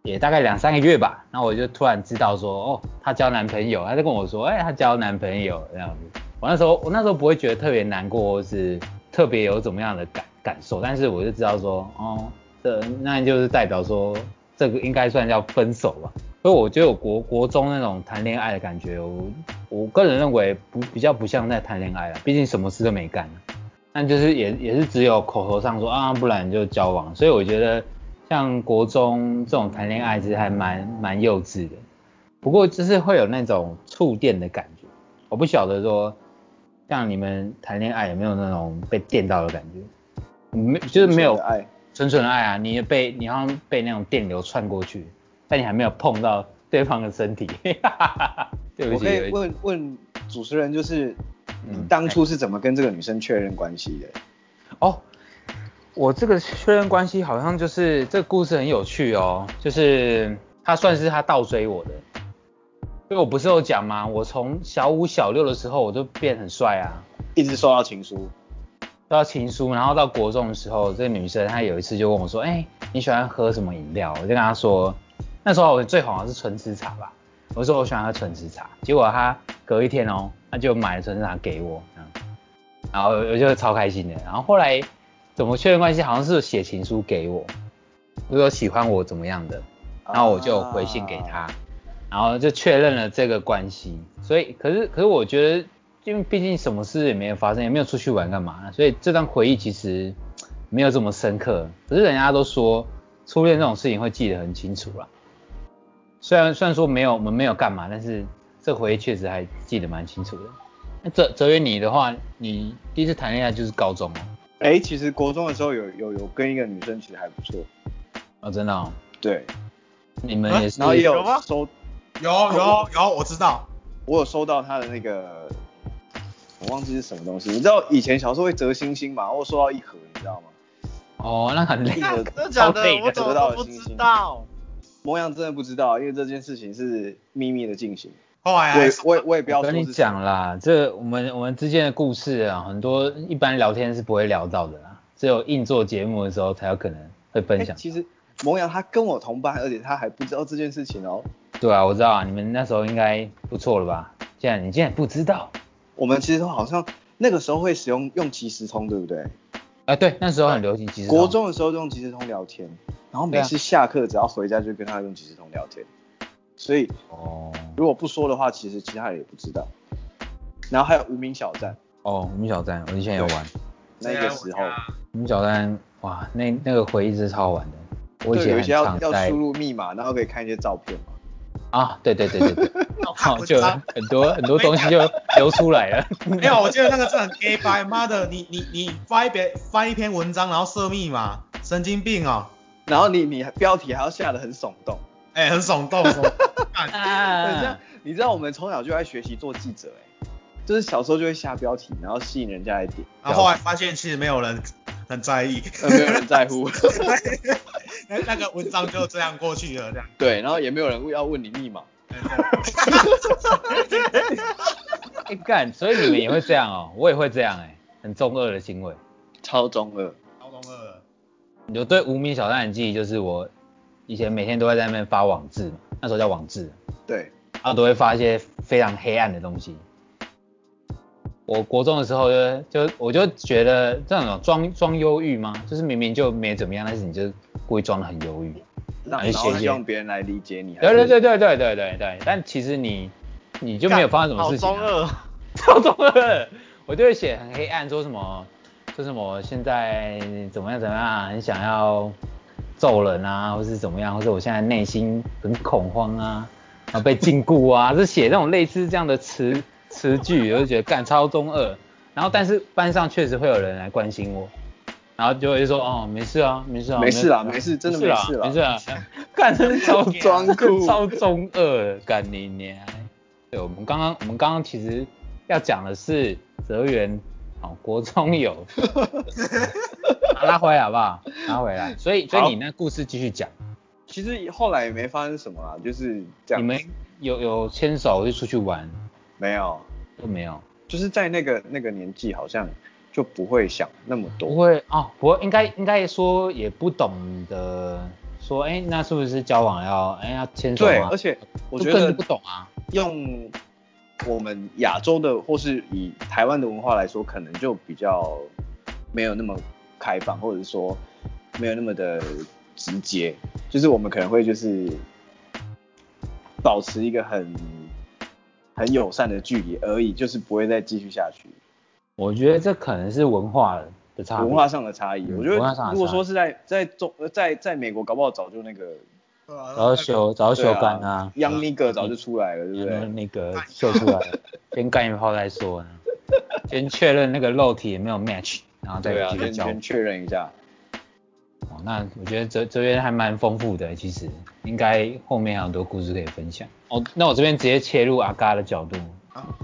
[SPEAKER 2] 也大概两三个月吧，然后我就突然知道说，哦，她交男朋友，她就跟我说，哎、她交男朋友这样子。我那时候我那时候不会觉得特别难过，或是特别有怎么样的感感受，但是我就知道说，哦，这那就是代表说这个应该算叫分手吧。所以我觉得我国国中那种谈恋爱的感觉，我我个人认为不比较不像在谈恋爱了，毕竟什么事都没干。啊但就是也也是只有口头上说啊，不然就交往。所以我觉得像国中这种谈恋爱其实还蛮蛮幼稚的，不过就是会有那种触电的感觉。我不晓得说像你们谈恋爱有没有那种被电到的感觉，没就是没有
[SPEAKER 4] 纯纯的爱
[SPEAKER 2] 纯纯的爱啊，你也被你好像被那种电流穿过去，但你还没有碰到对方的身体。 对不
[SPEAKER 4] 我
[SPEAKER 2] 起，
[SPEAKER 4] 可
[SPEAKER 2] 有一
[SPEAKER 4] 以问问主持人，就是你
[SPEAKER 2] 嗯
[SPEAKER 4] 当初是怎么跟这个女生确认关系的？
[SPEAKER 2] 哦，我这个确认关系好像就是这个故事很有趣哦，就是他算是他倒追我的，因为我不是有讲吗？我从小五小六的时候我就变很帅啊，
[SPEAKER 4] 一直收到情书，
[SPEAKER 2] 都要情书，然后到国中的时候，这个女生她有一次就问我说，哎、你喜欢喝什么饮料？我就跟她说，那时候我最红的是纯喫茶吧，我说我喜欢喝纯喫茶，结果她隔一天哦，她就买了纯喫茶给我，这样。然后我就超开心的。然后后来怎么确认关系，好像是写情书给我，就说喜欢我怎么样的，然后我就回信给他，然后就确认了这个关系。所以可是可是我觉得，因为毕竟什么事也没有发生，也没有出去玩干嘛，所以这段回忆其实没有这么深刻。可是人家都说初恋这种事情会记得很清楚啦。虽然虽然说没有我们没有干嘛，但是这回忆确实还记得蛮清楚的。那哲哲源你的话，你第一次谈恋爱就是高中哦？
[SPEAKER 4] 哎、其实国中的时候有有有跟一个女生其实还不错，
[SPEAKER 2] 哦，真的哦？
[SPEAKER 4] 对，
[SPEAKER 2] 你们也是？
[SPEAKER 4] 啊然后也有
[SPEAKER 3] 有吗
[SPEAKER 4] 收，
[SPEAKER 1] 有有有，我知道，
[SPEAKER 4] 我有收到她的那个，我忘记是什么东西。你知道以前小时候会折星星嘛？我收到一盒，你知 道吗？
[SPEAKER 2] 哦，那很累
[SPEAKER 4] 一。盒
[SPEAKER 3] 真的假的
[SPEAKER 2] 超累？的
[SPEAKER 3] 我怎么都不知道？
[SPEAKER 4] 模样真的不知道，因为这件事情是秘密的进行。
[SPEAKER 1] 后来
[SPEAKER 4] 我
[SPEAKER 1] 还
[SPEAKER 4] 也我也我也不要
[SPEAKER 2] 我
[SPEAKER 4] 说
[SPEAKER 2] 跟你
[SPEAKER 4] 哎是谁
[SPEAKER 2] 讲啦，这我们我们之间的故事啊，很多一般聊天是不会聊到的啦，只有硬做节目的时候才有可能会分
[SPEAKER 4] 哎
[SPEAKER 2] 享。
[SPEAKER 4] 其实萌阳他跟我同班，而且他还不知道这件事情哦。
[SPEAKER 2] 对啊，我知道啊，你们那时候应该不错了吧？既然你竟然不知道
[SPEAKER 4] 我们其实都好像那个时候会使用用即时通，对不对？
[SPEAKER 2] 啊？对，那时候很流行即时通
[SPEAKER 4] 国中的时候用即时通聊天，然后每次下课只要回家就跟他用即时通聊天，所以
[SPEAKER 2] 哦
[SPEAKER 4] 如果不说的话，其实其他人也不知道。然后还有无名小站，
[SPEAKER 2] 哦，我们小站我以前有玩，
[SPEAKER 4] 那个时候，
[SPEAKER 2] 我们小站哇，那那个回忆是超好玩的。我以
[SPEAKER 4] 对，
[SPEAKER 2] 前
[SPEAKER 4] 有一
[SPEAKER 2] 很
[SPEAKER 4] 些要
[SPEAKER 2] 常
[SPEAKER 4] 要
[SPEAKER 2] 在
[SPEAKER 4] 输入密码，然后可以看一些照片嘛。
[SPEAKER 2] 啊，对对对对对，
[SPEAKER 1] 我
[SPEAKER 2] 然
[SPEAKER 1] 看
[SPEAKER 2] 后
[SPEAKER 1] 文
[SPEAKER 2] 就有
[SPEAKER 1] 章，
[SPEAKER 2] 很多很多东西就流出来了。
[SPEAKER 1] 没有，我记得那个真的很 gay 白，妈的，你你你发一篇发一篇文章，然后设密码，神经病哦，
[SPEAKER 4] 然后你你标题还要下的很耸动，
[SPEAKER 1] 哎、很耸动，耸动干
[SPEAKER 4] 你知道
[SPEAKER 2] 啊，
[SPEAKER 4] 你知道我们从小就在学习做记者、哎，就是小时候就会下标题，然后吸引人家来点，
[SPEAKER 1] 然后后来发现其实没有人很在意，
[SPEAKER 4] 呃，没有人在 乎，
[SPEAKER 1] 那那个文章就这样过去了，这样。
[SPEAKER 4] 对，然后也没有人要问你密码，
[SPEAKER 1] 哎对
[SPEAKER 2] 哎干，所以你们也会这样哦，我也会这样哎、很中二的行为。
[SPEAKER 4] 超中二，
[SPEAKER 1] 高中二了，
[SPEAKER 2] 我对无名小站的记忆就是我以前每天都会在那边发网志嘛，那时候叫网志，
[SPEAKER 4] 对，
[SPEAKER 2] 然后都会发一些非常黑暗的东西。我国中的时候就就我就觉得这种装装忧郁吗？就是明明就没怎么样，但是你就故意装的很忧郁。
[SPEAKER 4] 让
[SPEAKER 2] 还是
[SPEAKER 4] 然后
[SPEAKER 2] 学姐
[SPEAKER 4] 用别人来理解你，
[SPEAKER 2] 哎对对对对对对对对，但其实你你就没有发生什么
[SPEAKER 3] 好
[SPEAKER 2] 事情、
[SPEAKER 3] 中
[SPEAKER 2] 啊。
[SPEAKER 3] 二，
[SPEAKER 2] 超中二， 我就会写很黑暗，说什么说什么现在怎么样怎么样，很想要揍人啊，或是怎么样，或者我现在内心很恐慌啊，然后被禁锢啊，就写那种类似这样的词词句，我就觉得干超中二。然后但是班上确实会有人来关心我。然后就会说哦，没事啊，没事啊，
[SPEAKER 4] 没事啦
[SPEAKER 2] 啊
[SPEAKER 4] 没事真的
[SPEAKER 2] 没
[SPEAKER 4] 没事啦
[SPEAKER 2] 没事啊，干真是超
[SPEAKER 4] 装酷
[SPEAKER 2] 超中二，干你娘！对，我们刚刚我们刚刚其实要讲的是泽源，哦，国中 有，拉回来好不好？拉回来。所以所以
[SPEAKER 4] 好
[SPEAKER 2] 你那故事继续讲，
[SPEAKER 4] 其实后来也没发生什么啦，就是这样。
[SPEAKER 2] 你们有有牵手就出去玩
[SPEAKER 4] 没有？
[SPEAKER 2] 都没有？
[SPEAKER 4] 就是在那个那个年纪，好像就不会想那么
[SPEAKER 2] 不
[SPEAKER 4] 多。
[SPEAKER 2] 会哦，不会，应该应该说也不懂得说，哎，那是不是交往要哎要牵手
[SPEAKER 4] 对，
[SPEAKER 2] 啊
[SPEAKER 4] 而？且我
[SPEAKER 2] 就
[SPEAKER 4] 觉
[SPEAKER 2] 更
[SPEAKER 4] 得
[SPEAKER 2] 是不懂啊。
[SPEAKER 4] 用我们亚洲的或是以台湾的文化来说，可能就比较没有那么开放，或者说没有那么的直接。就是我们可能会就是保持一个很很友善的距离而已，就是不会再继续下去。
[SPEAKER 2] 我觉得这可能是文化的差别。
[SPEAKER 4] 文化上的差异，
[SPEAKER 2] 嗯
[SPEAKER 4] 我觉得
[SPEAKER 2] 文化上的差异
[SPEAKER 4] 如果说是在在中呃在在美国，搞不好早就那个
[SPEAKER 1] 对啊
[SPEAKER 2] 早就修早就修
[SPEAKER 4] 对啊
[SPEAKER 2] 干啊，
[SPEAKER 4] 央尼哥早就出来了，对不
[SPEAKER 2] 然后
[SPEAKER 4] 对？
[SPEAKER 2] 那个秀出来了，先干一炮再说，啊先确认那个肉体有没有 match，然后再
[SPEAKER 4] 对啊，
[SPEAKER 2] 继续
[SPEAKER 4] 先
[SPEAKER 2] 交往。
[SPEAKER 4] 先确认一下。
[SPEAKER 2] 哦，那我觉得这这边还蛮丰富的，其实应该后面还有很多故事可以分享。哦，那我这边直接切入阿嘎的角度。
[SPEAKER 1] 啊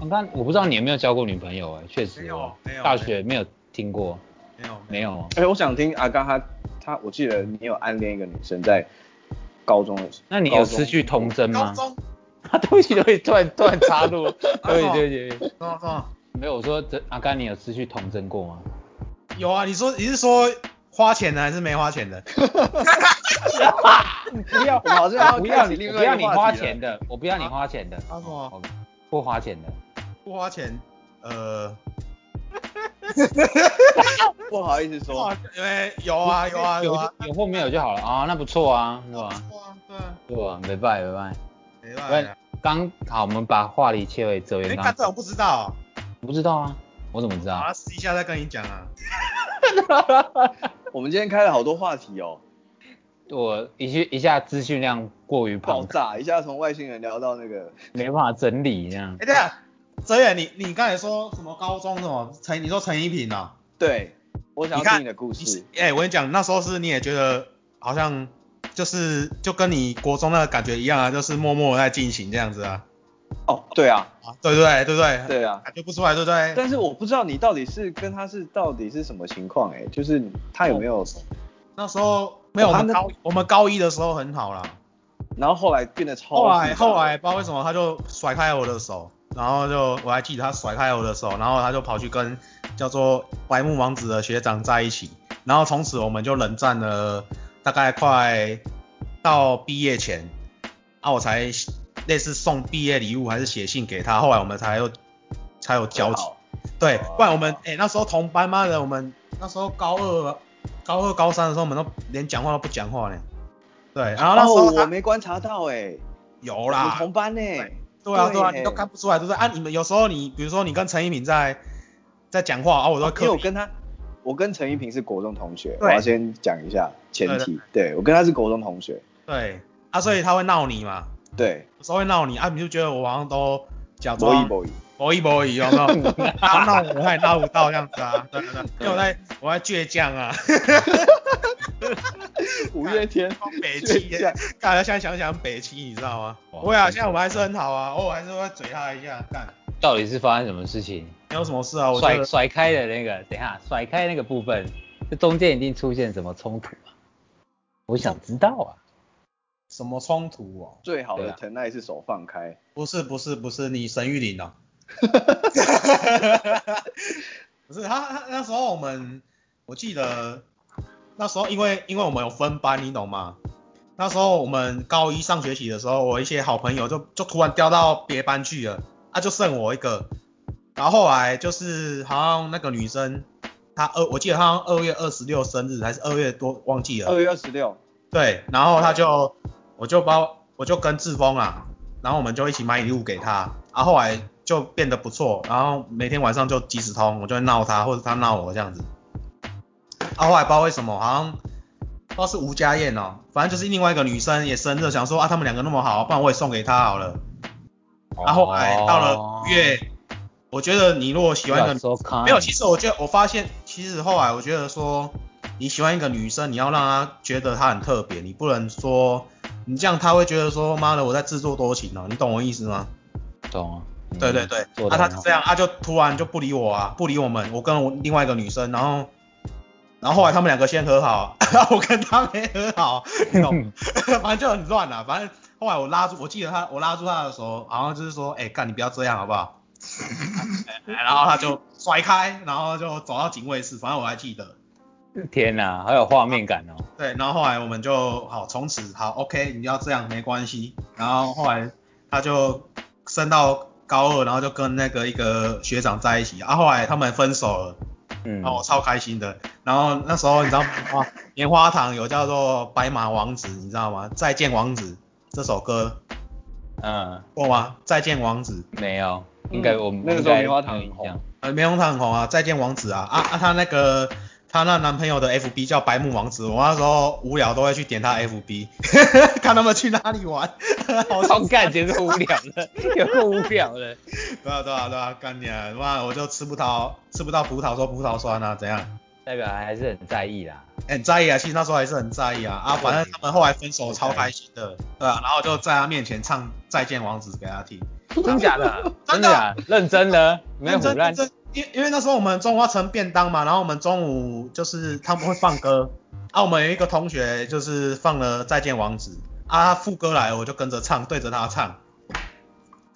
[SPEAKER 2] 阿嘎，我不知道你有没有交过女朋友哎，确实
[SPEAKER 1] 没有没有
[SPEAKER 2] 大学没有听过，
[SPEAKER 1] 没有
[SPEAKER 2] 没有哦。
[SPEAKER 4] 哎、我想听阿刚他他，我记得你有暗恋一个女生在高中的时候，
[SPEAKER 2] 那你有失去童真
[SPEAKER 1] 高
[SPEAKER 2] 吗？
[SPEAKER 1] 中
[SPEAKER 2] 啊，对不起，对不起，突然突然插入，对不起，对不起对不起。
[SPEAKER 1] 高中
[SPEAKER 2] 没有，我说这阿甘，你有失去童真过吗？
[SPEAKER 1] 有啊，你说你是说花钱的还是没花钱的？
[SPEAKER 2] 不要，
[SPEAKER 4] 我们好像要
[SPEAKER 2] 不要
[SPEAKER 4] 开启
[SPEAKER 2] 你，
[SPEAKER 4] 另
[SPEAKER 2] 我不
[SPEAKER 4] 外一个
[SPEAKER 2] 要你
[SPEAKER 4] 话题
[SPEAKER 2] 花
[SPEAKER 4] 了
[SPEAKER 2] 钱的，我不要你花钱的，
[SPEAKER 1] 啊什么
[SPEAKER 2] 哦不花钱的，
[SPEAKER 1] 不花钱，呃，
[SPEAKER 4] 不好意思说，
[SPEAKER 1] 因为有啊有啊
[SPEAKER 2] 有
[SPEAKER 1] 啊，
[SPEAKER 2] 就有或没有就好了啊，那不错啊，是吧？
[SPEAKER 1] 不错啊，对啊，
[SPEAKER 2] 对吧？没拜没拜，
[SPEAKER 1] 没
[SPEAKER 2] 不
[SPEAKER 1] 办
[SPEAKER 2] 然
[SPEAKER 1] 法。
[SPEAKER 2] 刚好我们把话题切回哲
[SPEAKER 1] 哎，
[SPEAKER 2] 源
[SPEAKER 1] 啊干
[SPEAKER 2] 刚
[SPEAKER 1] 这，我不知道，哦
[SPEAKER 2] 不知道啊，我怎么知
[SPEAKER 1] 好
[SPEAKER 2] 道
[SPEAKER 1] 啊，？私底下再跟你讲啊。
[SPEAKER 4] 我们今天开了好多话题哦，
[SPEAKER 2] 我一下一下资讯量过于
[SPEAKER 4] 爆
[SPEAKER 2] 庞大，
[SPEAKER 4] 炸一下从外星人聊到那个，
[SPEAKER 2] 没办法整理这样
[SPEAKER 1] 哎，。对啊，哲远，你你刚才说什么高中什么陈？你说陈一平哦？
[SPEAKER 4] 对，我想
[SPEAKER 1] 你
[SPEAKER 4] 要
[SPEAKER 1] 看
[SPEAKER 4] 听你的故
[SPEAKER 1] 你是
[SPEAKER 4] 事，
[SPEAKER 1] 哎、我跟你讲，那时候是你也觉得好像就是就跟你国中那个感觉一样啊，就是默默地在进行这样子啊，
[SPEAKER 4] 哦，对啊，
[SPEAKER 1] 啊，对不对？对不对？
[SPEAKER 4] 对啊，
[SPEAKER 1] 感觉不出来，对不对？
[SPEAKER 4] 但是我不知道你到底是跟他是到底是什么情况哎、就是他有没有，
[SPEAKER 1] 那时候没有，我
[SPEAKER 4] 哇
[SPEAKER 1] 们
[SPEAKER 4] 那
[SPEAKER 1] 高我们高一的时候很好啦，
[SPEAKER 4] 然后后来变得超
[SPEAKER 1] 后来
[SPEAKER 4] 复杂
[SPEAKER 1] 后来不知道为什么他就甩开我的手，然后就我还记得他甩开我的手，然后他就跑去跟叫做白木王子的学长在一起，然后从此我们就冷战了大概快到毕业前，啊我才类似送毕业礼物还是写信给他，后来我们才有才有交集，
[SPEAKER 4] 好
[SPEAKER 1] 对
[SPEAKER 4] 哦，
[SPEAKER 1] 不然我们哎、那时候同班妈的我们那时候高二高二高三的时候我们都连讲话都不讲话呢，对，然后那时候
[SPEAKER 4] 哦，
[SPEAKER 1] 他、
[SPEAKER 4] 我没观察到哎、
[SPEAKER 1] 有啦
[SPEAKER 4] 我，同班呢、
[SPEAKER 1] 对啊，对啊，
[SPEAKER 4] 对
[SPEAKER 1] 你都看不出来，对不对？啊，你们有时候你，比如说你跟陈一敏在在讲话啊，我都
[SPEAKER 4] 因为
[SPEAKER 1] 刻
[SPEAKER 4] 我
[SPEAKER 1] 意，
[SPEAKER 4] 跟他，我跟陈一平是国中同学，
[SPEAKER 1] 对
[SPEAKER 4] 我要先讲一下前提，对我跟他是国中同学，
[SPEAKER 1] 对啊，所以他会闹你嘛，
[SPEAKER 4] 对，
[SPEAKER 1] 有时候会闹你啊，你就觉得我好像都假
[SPEAKER 4] 博
[SPEAKER 1] 装
[SPEAKER 4] 弈博弈，
[SPEAKER 1] 博弈博弈，有没有？ 他闹我，他也闹不啊到这样子啊，对对对，因为我在我在倔强啊，
[SPEAKER 4] 五月天
[SPEAKER 1] 光北七耶，大家现在想想北七，你知道吗？
[SPEAKER 2] 哇
[SPEAKER 1] 不会啊，现在我们还是很好啊，偶尔还是会嘴他一下，干，
[SPEAKER 2] 到底是发生什么事情？
[SPEAKER 1] 没有什么事啊，我觉
[SPEAKER 2] 甩
[SPEAKER 1] 得
[SPEAKER 2] 甩开的那个，等一下甩开那个部分，这中间一定出现什么冲突啊？我想知道啊。
[SPEAKER 1] 什么冲突哦，
[SPEAKER 4] 最好
[SPEAKER 2] 对
[SPEAKER 4] 的
[SPEAKER 2] 啊
[SPEAKER 4] 疼爱是手放开，
[SPEAKER 1] 不是不是不是，你沈玉琳哦，不是他他那时候我们，我记得那时候因为因为我们有分班，你懂吗？那时候我们高一上学期的时候，我一些好朋友就就突然调到别班去了，啊就剩我一个，然后后来就是好像那个女生，她二我记得她好像二月二十六生日还是二月多忘记了，
[SPEAKER 4] 二月二十六，
[SPEAKER 1] 对，然后他就，我就把我就跟志峰啊，然后我们就一起买礼物给他，然后后来就变得不错，然后每天晚上就即时通，我就会闹他或者他闹我这样子。啊，后来不知道为什么，好像不知道是吴家燕哦，反正就是另外一个女生也生日，想说啊他们两个那么好，不然我也送给她好了。然后后来到
[SPEAKER 2] 哦
[SPEAKER 1] 了五月，我觉得你如果喜欢一个女
[SPEAKER 2] 说看
[SPEAKER 1] 没有，其实我觉得我发现，其实后来我觉得说，你喜欢一个女生，你要让她觉得她很特别，你不能说你这样她会觉得说，妈的，我在自作多情哦、你懂我意思吗？
[SPEAKER 2] 懂啊。嗯
[SPEAKER 1] 对对对，
[SPEAKER 2] 做
[SPEAKER 1] 啊，
[SPEAKER 2] 得
[SPEAKER 1] 她
[SPEAKER 2] 很
[SPEAKER 1] 就
[SPEAKER 2] 好
[SPEAKER 1] 这样，啊，就突然就不理我啊，不理我们，我跟我另外一个女生，然后，然后后来他们两个先和好， 然后我跟她没和好，你懂 吗？反正就很乱啊，反正后来我拉住，我记得她，我拉住她的手，好像就是说，哎、干你不要这样好不好？ 哎然后他就甩开，然后就走到警卫室，反正我还记得。
[SPEAKER 2] 天哪、好有画面感哦。
[SPEAKER 1] 对，然后后来我们就好，从此好，OK，你要这样没关系。然后后来他就升到高二，然后就跟那个一个学长在一起。啊，后来他们分手了，
[SPEAKER 2] 嗯
[SPEAKER 1] 然，后我超开心的。然后那时候你知道吗？哇棉花糖有叫做《白马王子》，你知道吗？《再见王子》这首歌
[SPEAKER 2] 嗯，
[SPEAKER 1] 过吗？《再见王子》
[SPEAKER 2] 没有，
[SPEAKER 1] 嗯
[SPEAKER 2] 应该我们
[SPEAKER 4] 那个时候棉花糖很红
[SPEAKER 2] 红。
[SPEAKER 1] 呃，棉花糖很红啊，再见王子啊，啊啊，她那个她那男朋友的 FB 叫白木王子，我那时候无聊都会去点她 FB，看 他们去哪里玩，好
[SPEAKER 2] 好
[SPEAKER 1] 像
[SPEAKER 2] 感觉是无聊的，有够无聊的。
[SPEAKER 1] 对啊对啊对啊，干你啊，妈我就吃不到吃不到葡萄说葡萄酸啊，怎样？
[SPEAKER 2] 代表还是很在意啦。
[SPEAKER 1] 欸很在意啊，其实那时候还是很在意啊，啊，反正他们后来分手超开心的，对啊，然后就在他面前唱再见王子给他听，
[SPEAKER 2] 真假的？
[SPEAKER 1] 真的
[SPEAKER 2] 真的啊？认真的？没有胡
[SPEAKER 1] 真
[SPEAKER 2] 乱
[SPEAKER 1] 真？真，因因为那时候我们中午要盛便当嘛，然后我们中午就是他们会放歌，啊，我们有一个同学就是放了《再见王子》，啊，他副歌来了我就跟着唱，对着他唱，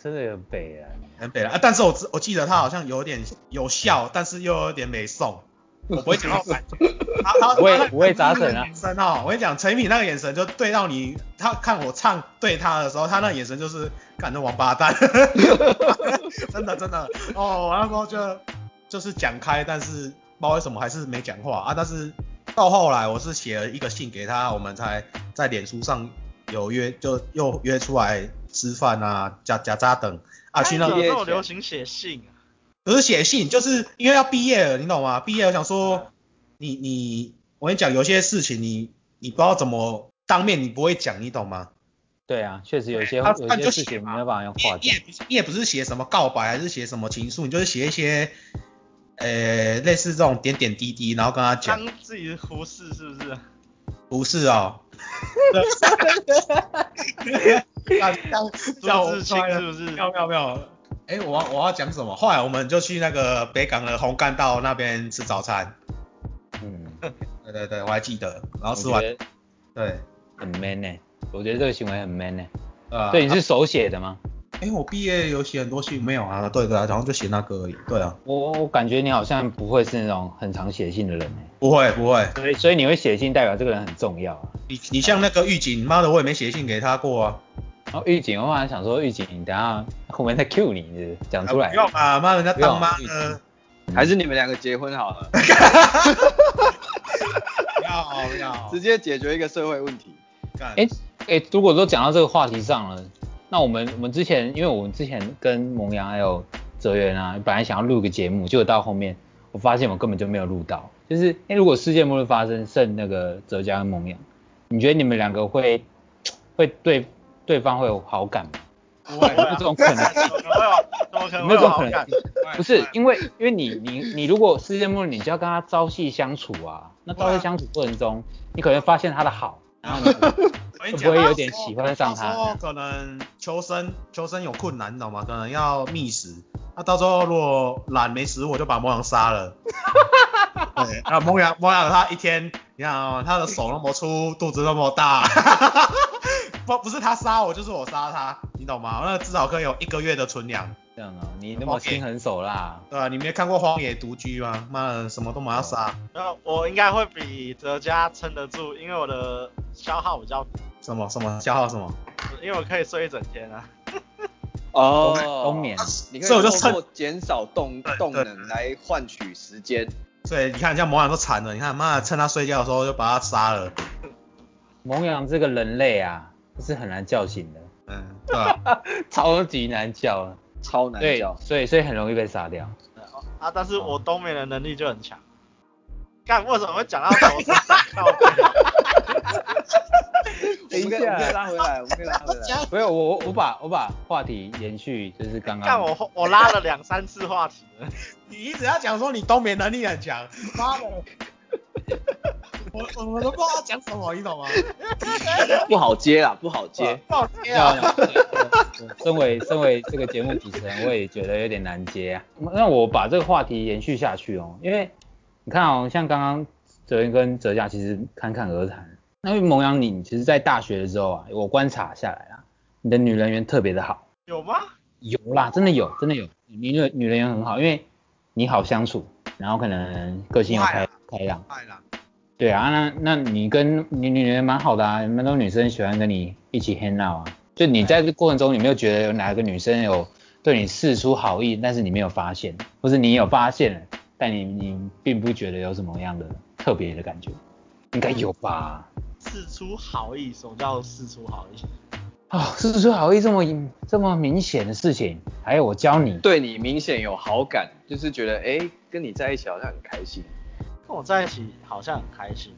[SPEAKER 2] 真的有北啊？
[SPEAKER 1] 很北了啊，但是我知我记得他好像有点有笑，但是又有点没送，我不会讲到感觉，他他
[SPEAKER 2] 五味
[SPEAKER 1] 他那个
[SPEAKER 2] 五味杂陈啊
[SPEAKER 1] 那个眼神哦，我跟你讲，陈敏那个眼神就对到你，他看我唱对他的时候，他那眼神就是，干这王八蛋， 真的真的，哦，我那时候就就是讲开，但是不知道为什么还是没讲话啊，但是到后来我是写了一个信给他，我们才在脸书上有约，就又约出来吃饭啊，夹夹渣等啊，去那
[SPEAKER 4] 个
[SPEAKER 3] 有这种流行写信啊，
[SPEAKER 1] 不是写信，就是因为要毕业了，你懂吗？毕业我想说，
[SPEAKER 3] 嗯
[SPEAKER 1] 你你，我跟你讲，有些事情你你不知道怎么当面，你不会讲，你懂吗？
[SPEAKER 2] 对啊，确实有些
[SPEAKER 1] 他
[SPEAKER 2] 有
[SPEAKER 1] 他就
[SPEAKER 2] 些事
[SPEAKER 1] 写啊
[SPEAKER 2] 情
[SPEAKER 1] 嘛
[SPEAKER 2] 没有办法用
[SPEAKER 1] 你也
[SPEAKER 2] 话
[SPEAKER 1] 你也
[SPEAKER 2] 讲。
[SPEAKER 1] 不是你也不是写什么告白，还是写什么情书，你就是写一些，呃，类似这种点点滴滴，然后跟他讲，
[SPEAKER 3] 当自己的胡适是 不是？
[SPEAKER 1] 不是 哦。啊
[SPEAKER 3] 朱自清是不是
[SPEAKER 1] 没？有没有没有，哎、我要我要讲什么？后来我们就去那个北港的红干道那边吃早餐，
[SPEAKER 2] 嗯，
[SPEAKER 1] 对对对，我还记得，然后
[SPEAKER 2] 我
[SPEAKER 1] 吃完
[SPEAKER 2] 觉，得
[SPEAKER 1] 对，
[SPEAKER 2] 很 man 呢、我觉得这个行为很 man 呢、
[SPEAKER 1] 呃，
[SPEAKER 2] 对，你是手写的吗？
[SPEAKER 1] 哎、我毕业有写很多信，没有啊？对对啊，然后就写那个而已。对啊，
[SPEAKER 2] 我我我感觉你好像不会是那种很常写信的人呢、
[SPEAKER 1] 不会不会，
[SPEAKER 2] 所以所以你会写信，代表这个人很重要啊。
[SPEAKER 1] 你你像那个狱警，妈的，我也没写信给他过啊。
[SPEAKER 2] 然后狱警，我本来想说狱警，你等一下后面再 Q 你，是不是讲出
[SPEAKER 1] 啊
[SPEAKER 2] 来
[SPEAKER 1] 不。用啊，妈人家当妈
[SPEAKER 2] 不用
[SPEAKER 1] 的，
[SPEAKER 4] 还是你们两个结婚好了，
[SPEAKER 1] 不要不 要，
[SPEAKER 4] 直接解决一个社会问题。
[SPEAKER 1] 干
[SPEAKER 2] 哎、哎、如果都讲到这个话题上了，那我们我们之前，因为我们之前跟萌阳还有哲源啊，本来想要录个节目，结果到后面我发现我根本就没有录到。就是，哎、如果世界末日发生，剩那个哲家跟萌阳，你觉得你们两个会会对对方会有好感吗？
[SPEAKER 1] 不会
[SPEAKER 2] 有这种可能
[SPEAKER 3] 怎么会有？怎么可
[SPEAKER 2] 有
[SPEAKER 3] 能
[SPEAKER 2] 没
[SPEAKER 3] 会
[SPEAKER 2] 有这
[SPEAKER 3] 有
[SPEAKER 2] 种
[SPEAKER 3] 好
[SPEAKER 2] 可
[SPEAKER 3] 感
[SPEAKER 2] 能？不是因为因为你你你如果世界末日，你就要跟他朝夕相处啊。那朝夕相处过程中，你可能发现他的好， 然后你
[SPEAKER 1] 我跟你
[SPEAKER 2] 会
[SPEAKER 1] 讲
[SPEAKER 2] 不会有点喜欢上
[SPEAKER 1] 到时候
[SPEAKER 2] 他？
[SPEAKER 1] 可能求生求生有困难，你知道吗？可能要觅食。那、到时候如果懒没食物，我就把魔狼杀了。 对，啊，魔狼魔狼他一天，你看哦，他的手那么粗，肚子那么大， 不不是他杀我，就是我杀他，你懂吗？那至少可以有一个月的存粮。
[SPEAKER 2] 这样啊，你那么
[SPEAKER 1] OK
[SPEAKER 2] 心狠手辣，
[SPEAKER 1] 对啊，你没看过《荒野独居》吗？妈的，什么都马上杀，
[SPEAKER 3] 那我应该会比哲家撑得住，因为我的消耗比较，
[SPEAKER 1] 什么什么消耗什么，
[SPEAKER 3] 因为我可以睡一整天啊。
[SPEAKER 4] 哦，
[SPEAKER 2] 冬眠，
[SPEAKER 4] 你可以
[SPEAKER 1] 所以我就
[SPEAKER 4] 通
[SPEAKER 1] 趁
[SPEAKER 4] 过减少动
[SPEAKER 1] 对
[SPEAKER 4] 动
[SPEAKER 1] 对
[SPEAKER 4] 能来换取时间。
[SPEAKER 1] 所以你看，像魔狼都惨了，你看妈的，趁他睡觉的时候就把他杀了。
[SPEAKER 2] 萌羊这个人类啊，是很难叫醒的，
[SPEAKER 1] 嗯，对吧、啊？
[SPEAKER 2] 超级难叫啊。
[SPEAKER 4] 超难
[SPEAKER 2] 对
[SPEAKER 4] 叫，，
[SPEAKER 2] 所以所以很容易被杀掉。
[SPEAKER 3] 啊，但是我冬眠的能力就很强。干，为什么会讲到头身上靠背啊？
[SPEAKER 4] 我们可以我们可以拉回来，我们可以拉回来。
[SPEAKER 2] 没有，我我我把我把话题延续，就是刚
[SPEAKER 3] 干
[SPEAKER 2] 刚
[SPEAKER 3] 我我拉了两三次话题了。
[SPEAKER 1] 你一直要讲说你冬眠能力很强，妈 的，我我我都不知道要讲什么，你懂吗？
[SPEAKER 4] 不好接啦，不好接。
[SPEAKER 1] 爆
[SPEAKER 2] 要要，身为身为这个节目主持人，我也觉得有点难接啊。那我把这个话题延续下去哦，因为你看哦，像刚刚哲源跟哲夏其实侃侃而谈。那因为萌阳你其实，在大学的时候啊，我观察下来啦，你的女人缘特别的好，
[SPEAKER 3] 有吗？
[SPEAKER 2] 有啦，真的有，真的有，你女女人缘很好，因为你好相处，然后可能个性又开开朗。
[SPEAKER 1] 太了，
[SPEAKER 2] 对啊，那那你跟你女人蛮好的啊，蛮多女生喜欢跟你一起 hang out 啊。就你在这过程中，你没有觉得有哪个女生有对你示出好意，但是你没有发现，或是你有发现了，但你你并不觉得有什么样的特别的感觉，应该有吧？
[SPEAKER 3] 事出好意，什么叫事出好意？
[SPEAKER 2] 啊、示出好意这么这么明显的事情，还有我教你，
[SPEAKER 4] 对你明显有好感，就是觉得哎、跟你在一起好像很开心。
[SPEAKER 3] 跟我在一起好像很开心。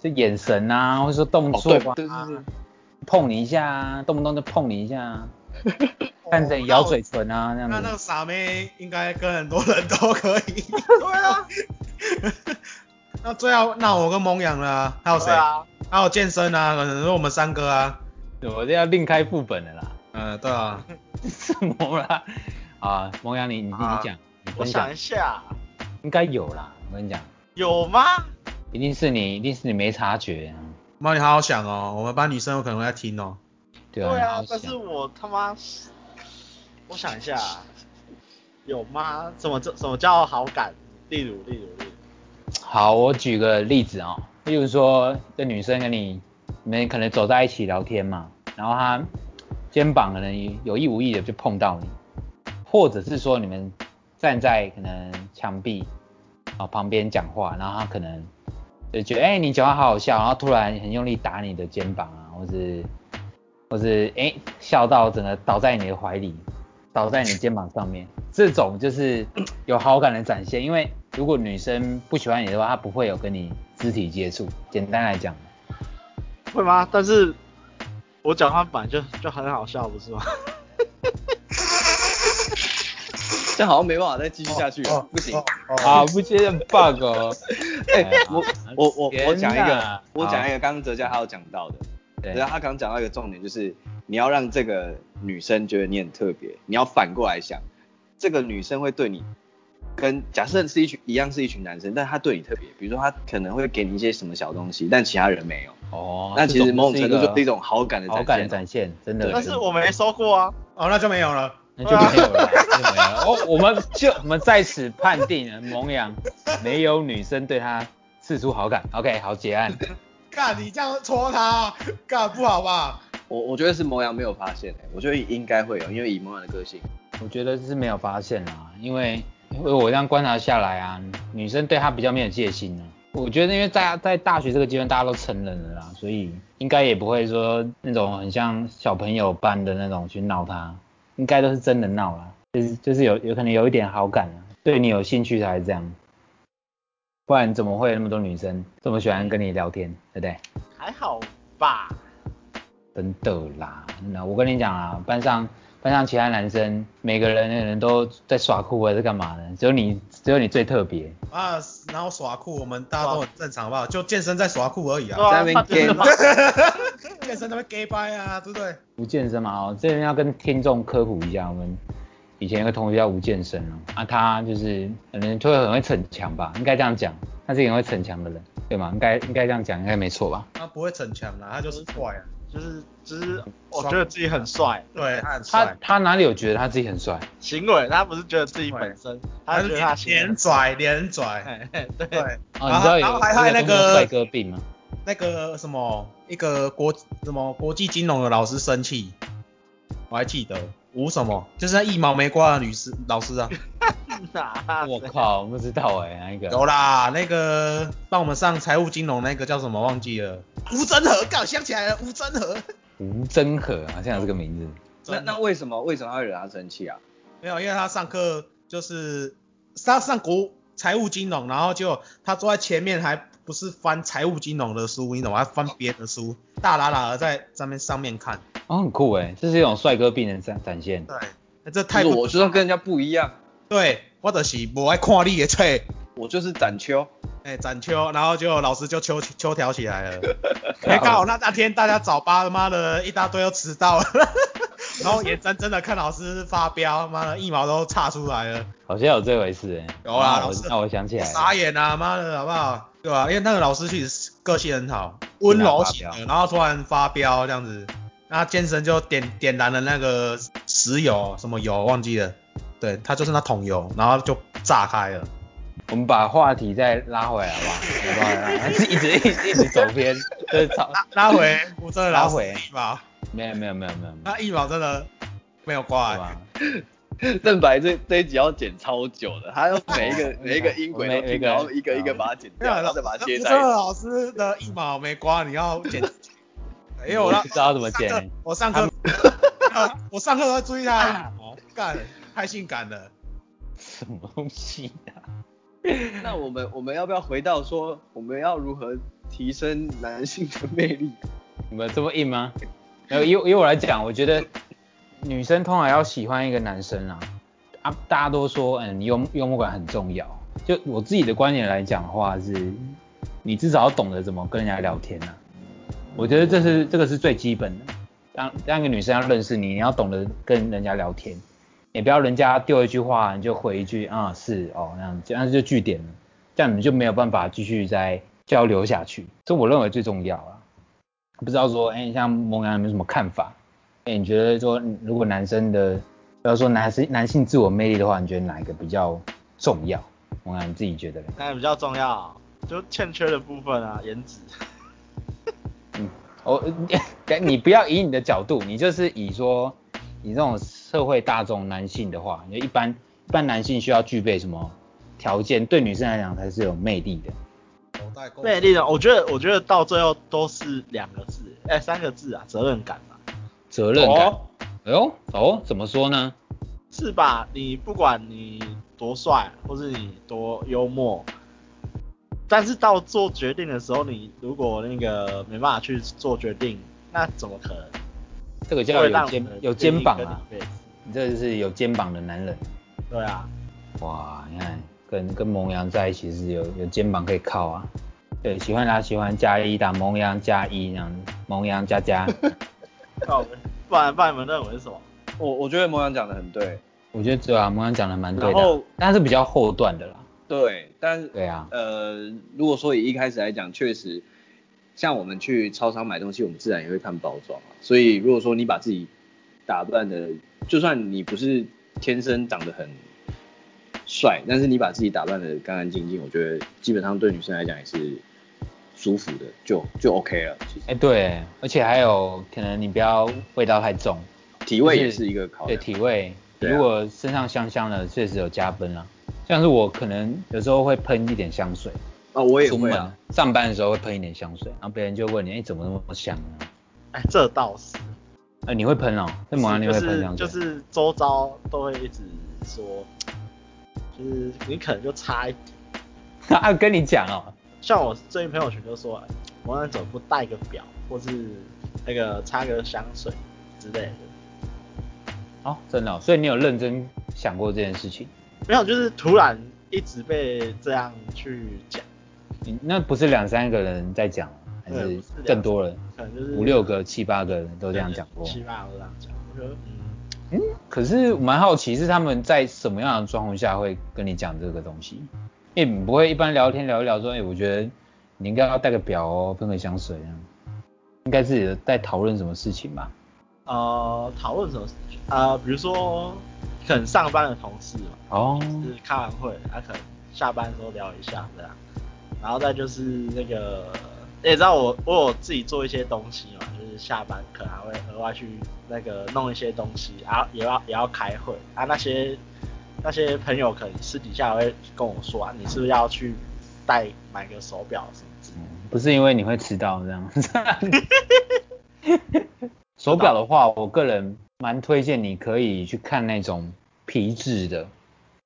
[SPEAKER 2] 这眼神啊，或者说动作
[SPEAKER 4] 哦对
[SPEAKER 2] 啊，
[SPEAKER 4] 对对对
[SPEAKER 2] 碰你一下啊，动不动就碰你一下啊，看着你咬嘴唇啊，这样子。
[SPEAKER 1] 哦那那个傻妹应该跟很多人都可以。
[SPEAKER 3] 对啊，
[SPEAKER 1] 那最后，那我跟蒙阳了、啊，还有谁？
[SPEAKER 3] 对啊，
[SPEAKER 1] 还有健身啊，可能是我们三哥啊。
[SPEAKER 2] 我这要另开副本了啦，
[SPEAKER 1] 嗯，对啊，
[SPEAKER 2] 什么啦？啊，萌阳你你你
[SPEAKER 3] 啊
[SPEAKER 2] 讲，你
[SPEAKER 3] 我
[SPEAKER 2] 分
[SPEAKER 3] 想
[SPEAKER 2] 享
[SPEAKER 3] 一下，
[SPEAKER 2] 应该有啦，我跟你讲，
[SPEAKER 3] 有吗？
[SPEAKER 2] 一定是你一定是你没察觉啊，
[SPEAKER 1] 妈，你好好想哦，我们班女生有可能会在听哦。
[SPEAKER 2] 对啊，
[SPEAKER 3] 对
[SPEAKER 2] 你好
[SPEAKER 3] 啊，
[SPEAKER 2] 好
[SPEAKER 3] 但
[SPEAKER 2] 想
[SPEAKER 3] 是我他妈，我想一下，有吗？怎么这什么叫好感？例如，例如，例如，
[SPEAKER 2] 好，我举个例子哦，例如说这女生跟你你们可能走在一起聊天嘛，然后她肩膀可能有意无意的就碰到你，或者是说你们站在可能墙壁啊旁边讲话，然后她可能就觉得哎、你讲话好好笑，然后突然很用力打你的肩膀啊，或是或是哎、笑到整个倒在你的怀里，倒在你肩膀上面，这种就是有好感的展现。因为如果女生不喜欢你的话，她不会有跟你肢体接触。简单来讲，
[SPEAKER 3] 会吗？但是我讲话本来就就很好笑，不是吗？
[SPEAKER 4] 这样好像没办法再继续下去
[SPEAKER 1] 哦
[SPEAKER 4] 了，不行。
[SPEAKER 2] 啊，不接着 bug 哦。 哎
[SPEAKER 4] 哎、
[SPEAKER 2] 呀
[SPEAKER 4] 我我我我讲一
[SPEAKER 2] 天
[SPEAKER 4] 个
[SPEAKER 2] 哪，
[SPEAKER 4] 我讲一
[SPEAKER 2] 好
[SPEAKER 4] 个，刚啊刚哲佳还有讲到的，
[SPEAKER 2] 对
[SPEAKER 4] 然后他刚刚讲到一个重点，就是你要让这个女生觉得你很特别，你要反过来想，这个女生会对你跟假设是一群一样是一群男生，但她对你特别，比如说她可能会给你一些什么小东西，但其他人没有，
[SPEAKER 2] 哦，
[SPEAKER 4] 那其实某种程度
[SPEAKER 2] 这
[SPEAKER 4] 就是一种好感的
[SPEAKER 2] 好
[SPEAKER 4] 展
[SPEAKER 2] 感
[SPEAKER 4] 现。
[SPEAKER 2] 展现，真的。
[SPEAKER 4] 对
[SPEAKER 3] 但是
[SPEAKER 2] 真的
[SPEAKER 3] 我没说过啊，
[SPEAKER 1] 哦，那就没有了。
[SPEAKER 2] 那就没有 了，就没有了。哦，我们就我们在此判定了，萌阳没有女生对他示出好感。OK，好结案。
[SPEAKER 1] 干，你这样戳他，干不好吧？
[SPEAKER 4] 我我觉得是摩阳没有发现、欸，我觉得应该会有，因为以摩阳的个性，
[SPEAKER 2] 我觉得是没有发现啦，因为因为我这样观察下来啊，女生对他比较没有戒心呢、啊我觉得因为在在大学这个阶段大家都成人了啦，所以应该也不会说那种很像小朋友般的那种去闹他，应该都是真的闹啦，就是就是有有可能有一点好感啊，对你有兴趣才会这样，不然怎么会有那么多女生这么喜欢跟你聊天，对不对？
[SPEAKER 3] 还好吧。
[SPEAKER 2] 真的啦，那我跟你讲啊，班上班上其他男生每个人人都在耍酷还是干嘛的，只有你只有你最特别。
[SPEAKER 1] 啊，然后耍酷，我们大家都很正常好不好？就健身在耍酷而已
[SPEAKER 3] 对
[SPEAKER 1] 啊，
[SPEAKER 3] 啊，
[SPEAKER 4] 在那边
[SPEAKER 3] 他就是
[SPEAKER 4] 跟
[SPEAKER 3] 嘛
[SPEAKER 1] 健身他会 gay bye 啊，对不对？
[SPEAKER 2] 吴健生嘛，哦，这边要跟听众科普一下，我们以前有个同学叫吴健生哦，啊，他就是可能就会很会逞强吧，应该这样讲，他是一个很会逞强的人，对吗？应该应该这样讲，应该没错吧？
[SPEAKER 1] 啊他不会逞强啦，他就是帅啊，
[SPEAKER 3] 就是就是，我觉得自己很帅，
[SPEAKER 1] 对他很
[SPEAKER 2] 他
[SPEAKER 1] 帅，
[SPEAKER 2] 他哪里有觉得他自己很帅？
[SPEAKER 3] 行为他不是觉得自己本身，他
[SPEAKER 1] 是
[SPEAKER 3] 觉得他行为
[SPEAKER 1] 连拽连拽，
[SPEAKER 3] 嘿嘿 对
[SPEAKER 1] 对，
[SPEAKER 2] 哦，
[SPEAKER 1] 然
[SPEAKER 2] 你知
[SPEAKER 1] 后
[SPEAKER 2] 道
[SPEAKER 1] 然
[SPEAKER 2] 有
[SPEAKER 1] 啊后还害那
[SPEAKER 2] 有中国
[SPEAKER 1] 个
[SPEAKER 2] 帅哥病吗？
[SPEAKER 1] 那个什么一个国什么国际金融的老师生气，我还记得吴什么，就是那一毛没刮的女师老师啊，
[SPEAKER 3] 哪
[SPEAKER 2] 我靠，我不知道哎、哪一个？
[SPEAKER 1] 有啦，那个帮我们上财务金融那个叫什么忘记了，吴真和，刚想起来了，吴真和，
[SPEAKER 2] 吴真和好像有这个名字。
[SPEAKER 4] 那那为什么为什么他会惹他生气啊？
[SPEAKER 1] 没有，因为他上课就是他上国财务金融，然后就他坐在前面还不是翻财务金融的书，你懂吗？他翻别的书，大喇喇的在上面上面看，
[SPEAKER 2] 哦，很酷哎，这是一种帅哥病人展展现。
[SPEAKER 1] 对，那哎这
[SPEAKER 4] 就
[SPEAKER 1] 太
[SPEAKER 4] 是
[SPEAKER 1] 不
[SPEAKER 4] 我就是要跟人家不一样，
[SPEAKER 1] 对，我就是不爱看你的册，
[SPEAKER 4] 我就是展秋。
[SPEAKER 1] 哎、展秋，然后就老师就秋秋条起来 了，哎、刚好那那天大家早八他妈的一大堆都迟到了， 然后眼睁睁的看老师发飙，妈的一毛都差出来了。
[SPEAKER 2] 好像有这回事哎。
[SPEAKER 1] 有啦
[SPEAKER 2] 那我
[SPEAKER 1] 老师
[SPEAKER 2] 那我想起
[SPEAKER 1] 我
[SPEAKER 2] 来了。
[SPEAKER 1] 傻眼啊，妈的，好不好？对啊吧、因为那个老师其实个性很好，温
[SPEAKER 2] 啊
[SPEAKER 1] 柔型
[SPEAKER 2] 突
[SPEAKER 1] 的，然后突然发飙这样子，那健身就点点燃了那个石油什么油忘记了，对他就是那桶油，然后就炸开了。
[SPEAKER 2] 我们把话题再拉回来好不好？好不好拉？一直一直一直走 偏，就是超
[SPEAKER 1] 拉回我真的
[SPEAKER 2] 拉
[SPEAKER 1] 老
[SPEAKER 2] 回
[SPEAKER 1] 一毛，
[SPEAKER 2] 没有没有没有没有没有，
[SPEAKER 1] 那一毛真的没有挂、
[SPEAKER 2] 对
[SPEAKER 1] 欸，
[SPEAKER 2] 吧？
[SPEAKER 4] 正白这这一集要剪超久的，他要每一个每一个音轨
[SPEAKER 2] 每
[SPEAKER 4] 都
[SPEAKER 2] 每
[SPEAKER 4] 听，
[SPEAKER 2] 个
[SPEAKER 4] 然后一个一个
[SPEAKER 2] 嗯
[SPEAKER 4] 把它剪
[SPEAKER 1] 没
[SPEAKER 4] 掉，
[SPEAKER 1] 有
[SPEAKER 4] 然后
[SPEAKER 1] 老
[SPEAKER 4] 啊再把它接
[SPEAKER 1] 吴
[SPEAKER 4] 在
[SPEAKER 1] 正
[SPEAKER 4] 一起。
[SPEAKER 1] 老师的一毛没刮，你要剪，因为我
[SPEAKER 2] 我
[SPEAKER 1] 哎那
[SPEAKER 2] 不知道怎么
[SPEAKER 1] 上课
[SPEAKER 2] 剪。欸
[SPEAKER 1] 我上课， 我上课都在注意他
[SPEAKER 2] 啊
[SPEAKER 1] 的一毛，干太性感了。
[SPEAKER 2] 什么东西啊？
[SPEAKER 4] 那我们我们要不要回到说我们要如何提升男性的魅力？
[SPEAKER 2] 你们这么硬吗？没有，以我以我来讲，我觉得女生通常要喜欢一个男生啊，啊，大家都说，嗯，幽幽默感很重要。就我自己的观点来讲的话是，你至少要懂得怎么跟人家聊天啊。我觉得这是这个是最基本的，让让一个女生要认识你，你要懂得跟人家聊天，也不要人家丢一句话你就回一句啊、是哦那样，这样就据点了，这样你们就没有办法继续再交流下去，这我认为最重要啊。不知道说，哎、像萌芽有没有什么看法？哎、你觉得说，嗯如果男生的，不要说男生男性自我魅力的话，你觉得哪一个比较重要？萌芽你自己觉得嘞？
[SPEAKER 3] 那比较重要，就欠缺的部分啊，颜值。
[SPEAKER 2] 嗯，哦， 你不要以你的角度，你就是以说，你这种社会大众男性的话，你就一般一般男性需要具备什么条件？对女生来讲才是有魅力的。
[SPEAKER 1] 口袋够
[SPEAKER 3] 魅力的，我觉得我觉得到最后都是两个字，哎、三个字啊，责任感啊，
[SPEAKER 2] 责任感。
[SPEAKER 4] 哦
[SPEAKER 2] 哎呦，哦，怎么说呢？
[SPEAKER 3] 是吧？你不管你多帅，或是你多幽默，但是到做决定的时候，你如果那个没办法去做决定，那怎么可能？
[SPEAKER 2] 这个叫
[SPEAKER 3] 会
[SPEAKER 2] 有
[SPEAKER 3] 让
[SPEAKER 2] 肩
[SPEAKER 3] 我们
[SPEAKER 2] 有肩膀
[SPEAKER 3] 愿意
[SPEAKER 2] 啊，
[SPEAKER 3] 跟你一辈子
[SPEAKER 2] 你这就是有肩膀的男人。
[SPEAKER 3] 对啊，
[SPEAKER 2] 哇，你看跟跟萌羊在一起是有有肩膀可以靠啊。对，喜欢他喜欢加一打萌羊加一这样，萌羊加 加。
[SPEAKER 3] 那我们不然不然你们认为是什么？
[SPEAKER 4] 我我觉得摩阳讲的很对，
[SPEAKER 2] 我觉得对啊，萌羊讲的蛮对的
[SPEAKER 4] 然
[SPEAKER 2] 啊
[SPEAKER 4] 后，
[SPEAKER 2] 但是比较后段的啦。
[SPEAKER 4] 对，但是
[SPEAKER 2] 对啊，
[SPEAKER 4] 呃，如果说以一开始来讲，确实，像我们去超商买东西，我们自然也会看包装啊。所以如果说你把自己打扮的，就算你不是天生长得很帅，但是你把自己打扮的干干净净，我觉得基本上对女生来讲也是舒服的，就就 OK 了。其实
[SPEAKER 2] 哎、对，而且还有可能你不要味道太重，
[SPEAKER 4] 体味也是一个考
[SPEAKER 2] 对
[SPEAKER 4] 量。
[SPEAKER 2] 体味，
[SPEAKER 4] 哦对啊
[SPEAKER 2] 如果身上香香的，确实有加分啦。像是我可能有时候会喷一点香水，
[SPEAKER 4] 啊，我也
[SPEAKER 2] 出
[SPEAKER 4] 会
[SPEAKER 2] 门、
[SPEAKER 4] 啊。
[SPEAKER 2] 上班的时候会喷一点香水，然后别人就问你，哎、怎么那么香啊？
[SPEAKER 3] 哎、这倒是，
[SPEAKER 2] 呃，你会喷哦，那猛男你
[SPEAKER 3] 就
[SPEAKER 2] 会喷香水？
[SPEAKER 3] 是就是周遭都会一直说，就是你可能就差一点。
[SPEAKER 2] 啊，跟你讲哦，
[SPEAKER 3] 像我最近朋友圈就说，哎我那怎么不戴哎个表，或是那个擦个香水之类的，
[SPEAKER 2] 哦，真的哦、所以你有认真想过这件事情？
[SPEAKER 3] 没有，就是突然一直被这样去讲，
[SPEAKER 2] 你那不是两三个人在讲，还
[SPEAKER 3] 对
[SPEAKER 2] 是
[SPEAKER 3] 不是两
[SPEAKER 2] 更多人？
[SPEAKER 3] 可能就是
[SPEAKER 2] 五六个、七八个人都这样讲过。
[SPEAKER 3] 起码都这样讲。我觉得嗯，
[SPEAKER 2] 嗯，可是我蛮好奇是他们在什么样的状况下会跟你讲这个东西？因为你不会一般聊天聊一聊说，哎、我觉得你应该要带个表哦，喷个香水啊，应该是有在讨论什么事情吧？
[SPEAKER 3] 呃，讨论什么事情？呃，比如说可能上班的同事嘛，
[SPEAKER 2] 哦，
[SPEAKER 3] 就是开完会，他、可能下班的时候聊一下这样，然后再就是那个，欸你也知道我我有自己做一些东西嘛，就是下班可能还会额外去那个弄一些东西，啊也要也要开会啊那些那些朋友可能私底下会跟我说啊，你是不是要去带买个手表什么之类的
[SPEAKER 2] 不是因为你会迟到这样。手表的话，我个人蛮推荐你可以去看那种皮质的。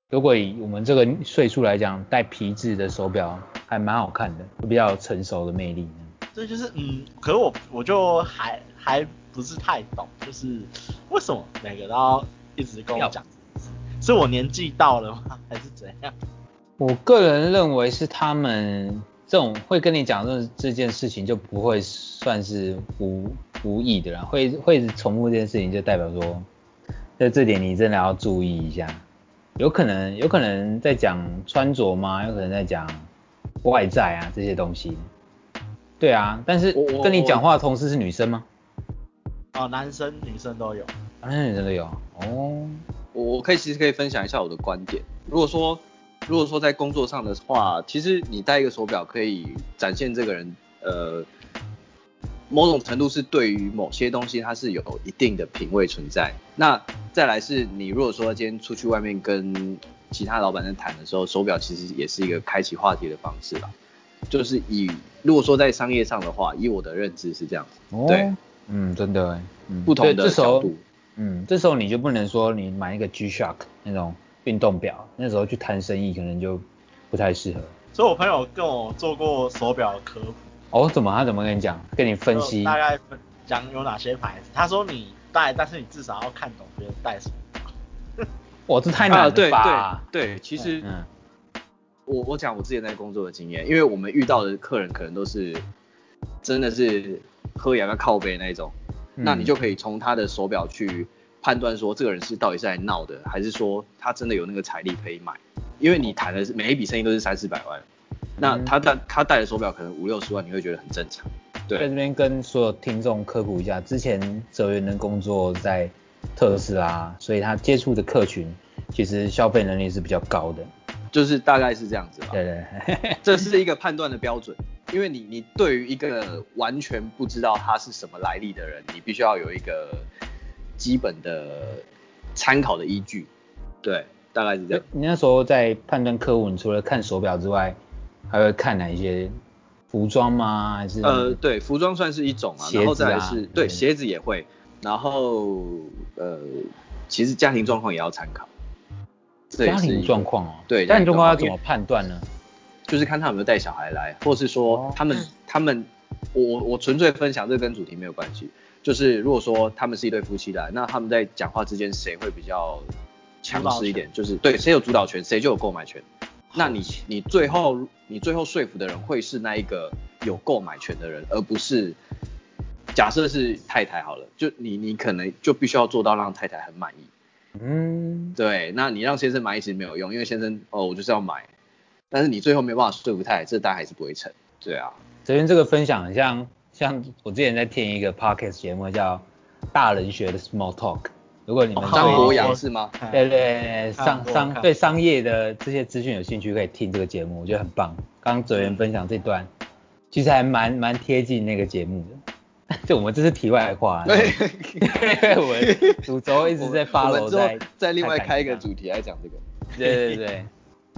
[SPEAKER 2] 如果以我们这个岁数来讲，戴皮质的手表还蛮好看的，比较有成熟的魅力。
[SPEAKER 3] 这就是嗯，可是我我就还还不是太懂，就是为什么每个都要一直跟我讲这件事？是我年纪到了吗？ 还是怎样？
[SPEAKER 2] 我个人认为是他们这种会跟你讲这这件事情，就不会算是无无意的啦，会会一直重复这件事情，就代表说，在这点你真的要注意一下。有可能有可能在讲穿着嘛，有可能在讲外在啊这些东西。对啊，但是
[SPEAKER 4] 我我
[SPEAKER 2] 跟你讲话的同事是女生吗？
[SPEAKER 3] 哦，男生女生都有。
[SPEAKER 2] 啊，那女生都有啊哦。
[SPEAKER 4] 我我可以其实可以分享一下我的观点。如果说如果说在工作上的话，其实你戴一个手表可以展现这个人，呃，某种程度是对于某些东西它是有一定的品味存在。那再来是你如果说今天出去外面跟其他老板在谈的时候，手表其实也是一个开启话题的方式啦。就是以如果说在商业上的话，以我的认知是这样子，
[SPEAKER 2] 哦
[SPEAKER 4] 对，
[SPEAKER 2] 嗯，真的欸，嗯，
[SPEAKER 4] 不同
[SPEAKER 2] 对
[SPEAKER 4] 的
[SPEAKER 2] 这时候
[SPEAKER 4] 角度
[SPEAKER 2] 嗯，这时候你就不能说你买一个 G Shock 那种运动表，那时候去谈生意可能就不太适合。
[SPEAKER 3] 所以我朋友跟我做过手表科普，
[SPEAKER 2] 哦，怎么他怎么跟你讲？跟你分析
[SPEAKER 3] 就哦大概分讲有哪些牌子。他说你戴，但是你至少要看懂别人戴什么。
[SPEAKER 2] 哇，这太难
[SPEAKER 4] 啊，
[SPEAKER 2] 了
[SPEAKER 4] 对
[SPEAKER 2] 吧？
[SPEAKER 4] 对对，其实。
[SPEAKER 2] 嗯，
[SPEAKER 4] 我我讲我之前在工作的经验，因为我们遇到的客人可能都是真的是喝牙个靠背那一种，
[SPEAKER 2] 嗯
[SPEAKER 4] 那你就可以从他的手表去判断说这个人是到底是来闹的，还是说他真的有那个财力可以买，因为你谈的是每一笔生意都是三四百万，那
[SPEAKER 2] 嗯
[SPEAKER 4] 他戴他戴的手表可能五六十万，你会觉得很正常，
[SPEAKER 2] 在
[SPEAKER 4] 对
[SPEAKER 2] 这边跟所有听众科普一下，之前哲源的工作在特斯拉，所以他接触的客群其实消费能力是比较高的。
[SPEAKER 4] 就是大概是这样子啦。
[SPEAKER 2] 对对对，
[SPEAKER 4] 这是一个判断的标准，因为你你对于一个完全不知道他是什么来历的人，你必须要有一个基本的参考的依据，对，大概是这样。
[SPEAKER 2] 你那时候在判断客户，你除了看手表之外，还会看哪一些服装吗？还是
[SPEAKER 4] 呃，对，服装算是一种啊，
[SPEAKER 2] 鞋子啊
[SPEAKER 4] 然后再来是对
[SPEAKER 2] 嗯
[SPEAKER 4] 鞋子也会，然后呃，其实家庭状况也要参考，这也
[SPEAKER 2] 家
[SPEAKER 4] 是一
[SPEAKER 2] 庭
[SPEAKER 4] 个
[SPEAKER 2] 状况哦，
[SPEAKER 4] 对
[SPEAKER 2] 家庭状况要
[SPEAKER 4] 因
[SPEAKER 2] 怎
[SPEAKER 4] 为
[SPEAKER 2] 么判断呢？
[SPEAKER 4] 就是看他有没有带小孩来，或是
[SPEAKER 2] 哦
[SPEAKER 4] 说他们、他们，我我我纯粹分享，这跟主题没有关系。就是如果说他们是一对夫妻来，那他们在讲话之间谁会比较强势一点？就是对谁有主导权，谁就有购买权。那你你最后你最后说服的人会是那一个有购买权的人，而不是假设是太太好了，就你你可能就必须要做到让太太很满意。
[SPEAKER 2] 嗯，
[SPEAKER 4] 对，那你让先生买一直没有用，因为先生哦，我就是要买，但是你最后没办法说服他，这单还是不会成。对啊，
[SPEAKER 2] 昨天这个分享很像像我之前在听一个 podcast 节目叫《大人学的 Small Talk》，如果你们
[SPEAKER 3] 哦
[SPEAKER 4] 张
[SPEAKER 2] 对
[SPEAKER 4] 博
[SPEAKER 3] 阳
[SPEAKER 4] 洋是吗？
[SPEAKER 3] 哎
[SPEAKER 2] 对对对
[SPEAKER 3] 看
[SPEAKER 2] 商
[SPEAKER 3] 过
[SPEAKER 2] 商
[SPEAKER 3] 看
[SPEAKER 2] 对商业的这些资讯有兴趣，可以听这个节目，我觉得很棒。刚刚哲源分享这段，其实还蛮蛮贴近那个节目的。 就我们这是题外话，因为
[SPEAKER 4] 对，
[SPEAKER 2] 我 们主轴一直在
[SPEAKER 4] 我们
[SPEAKER 2] follow
[SPEAKER 4] 之后
[SPEAKER 2] 在
[SPEAKER 4] 再另外开一个
[SPEAKER 2] 主。
[SPEAKER 4] 主题来讲这个。
[SPEAKER 2] 对对对，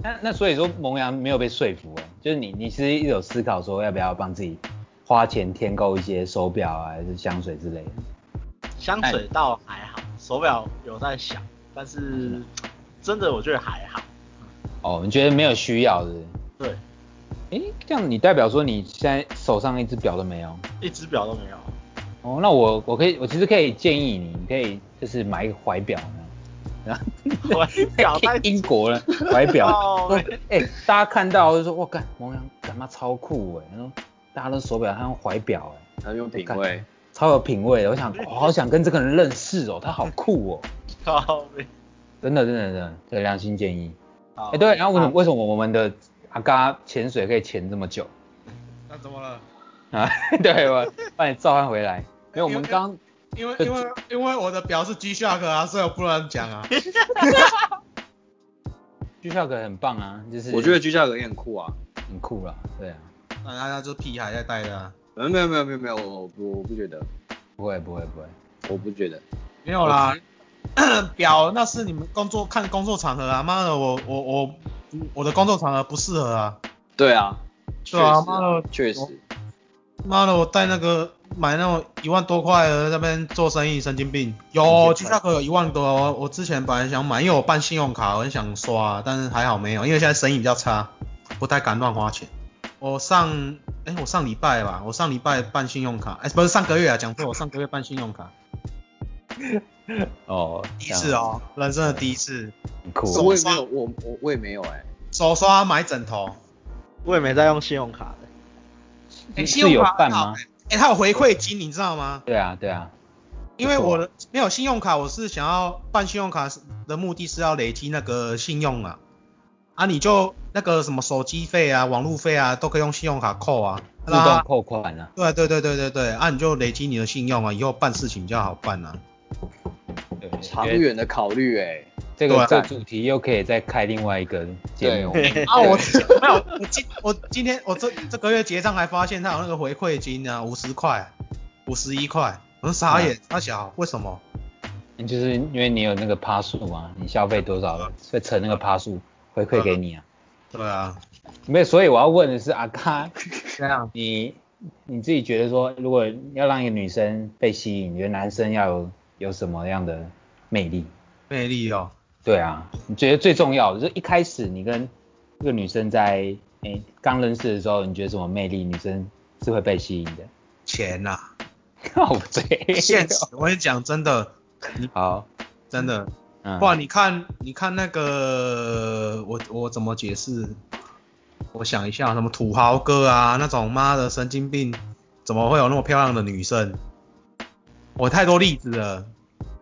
[SPEAKER 2] 那那所以说萌芽没有被说服哎、就是你你其实有思考说要不要帮自己花钱添购一些手表啊，还是香水之类的。
[SPEAKER 3] 香水倒还好，手表有在想，但是真的我觉得还好。
[SPEAKER 2] 哦，你觉得没有需要的？
[SPEAKER 3] 对，
[SPEAKER 2] 诶，这样你代表说你现在手上一只表都没有？
[SPEAKER 3] 一只 表都没有。
[SPEAKER 2] 哦，那我我可以我其实可以建议你，你可以就是买一个怀表呢，然后
[SPEAKER 3] 怀 表 太
[SPEAKER 2] 英国了，怀表
[SPEAKER 3] 哦，
[SPEAKER 2] 哎、大家看到就说，我干，王阳干嘛超酷哎、他说大家都手表，他用怀表哎、
[SPEAKER 4] 很有品味。
[SPEAKER 2] 超有品味的。我想，我好想跟这个人认识哦，他好酷哦，
[SPEAKER 3] 靠背。
[SPEAKER 2] 真的真的真的，这良心建议。哎、
[SPEAKER 3] 哎
[SPEAKER 2] 对，然后为什么、为什么我们的阿嘎潜水可以潜这么久
[SPEAKER 1] 那怎么了？
[SPEAKER 2] 啊？ 对，我把你召唤回来。没有，我们刚
[SPEAKER 1] 因为因 为因为我的表是 G Shock 啊，所以我不能讲啊。
[SPEAKER 2] 居校哥很棒啊，就是
[SPEAKER 4] 我觉得居家格也很酷啊。
[SPEAKER 2] 很酷啦，对啊，
[SPEAKER 1] 那大家就是屁孩在带的啊。
[SPEAKER 4] 呃没有没有没有没有没有，我我不我不觉得，
[SPEAKER 2] 不会不会不会，
[SPEAKER 4] 我不觉得。
[SPEAKER 1] 没有啦， 表那是你们工作看工作场合啊。妈的，我我我我的工作场合不适合啊。
[SPEAKER 4] 对啊，确
[SPEAKER 1] 对啊
[SPEAKER 4] 实
[SPEAKER 1] 妈的
[SPEAKER 4] 确实
[SPEAKER 1] 我。妈的，我带那个买那种一万多块的在那边做生意，神经病。有
[SPEAKER 2] 神经病
[SPEAKER 1] G Shock 有一万多哦，我之前本来想买，因为我办信用卡，我很想刷，但是还好没有，因为现在生意比较差，不太敢乱花钱。我上哎、我上礼拜吧，我上礼拜办信用卡，哎、不是上个月啊，讲错，我上个月办信用卡，
[SPEAKER 2] 哦，
[SPEAKER 1] 第一次，哦，人生的第一次，
[SPEAKER 2] 很酷
[SPEAKER 1] 是
[SPEAKER 2] 哦。
[SPEAKER 4] 我也没有，我我我也没有哎、
[SPEAKER 1] 手刷买枕头。
[SPEAKER 3] 我也没在用信用卡的。
[SPEAKER 1] 哎
[SPEAKER 2] 是有办吗？？
[SPEAKER 1] 哎、它有回馈金，你知道吗？
[SPEAKER 2] 对啊对啊，
[SPEAKER 1] 因为我的没有信用卡，我是想要办信用卡的目的是要累积那个信用啊。啊，你就那个什么手机费啊、网路费啊，都可以用信用卡扣啊。
[SPEAKER 2] 自
[SPEAKER 1] 那
[SPEAKER 2] 动扣款啊，
[SPEAKER 1] 对对对对对对，啊，你就累积你的信用啊，以后办事情比较好办啊。
[SPEAKER 2] 对，
[SPEAKER 4] 长
[SPEAKER 2] 因为啊
[SPEAKER 4] 远的考虑哎、
[SPEAKER 2] 这个这
[SPEAKER 1] 对
[SPEAKER 2] 个主题又可以再开另外一个节
[SPEAKER 4] 对，
[SPEAKER 2] 目
[SPEAKER 4] 我。们
[SPEAKER 1] 啊，我没有，我今我今天我这这个月结账还发现他有那个回馈金啊，五十块、五十一块，我说傻
[SPEAKER 2] 嗯
[SPEAKER 1] 眼，他小为什么？
[SPEAKER 2] 就是因为你有那个趴数嘛，你消费多少会乘那个趴数回馈给你啊。
[SPEAKER 1] 对啊，
[SPEAKER 2] 没有，所以我要问的是阿咖，
[SPEAKER 1] 这样
[SPEAKER 2] 你你自己觉得说，如果要让一个女生被吸引，你觉得男生要有有什么样的魅力？
[SPEAKER 1] 魅力哦。
[SPEAKER 2] 对啊，你觉得最重要的就是一开始你跟这个女生在诶刚认识的时候，你觉得什么魅力，女生是会被吸引的？
[SPEAKER 1] 钱 呐、
[SPEAKER 2] 靠背，
[SPEAKER 1] 现实，我跟你讲，真的，
[SPEAKER 2] 好，
[SPEAKER 1] 真的，
[SPEAKER 2] 嗯
[SPEAKER 1] 不，然你看，你看那个，我我怎么解释？我想一下，什么土豪哥啊，那种妈的神经病，怎么会有那么漂亮的女生？我太多例子了。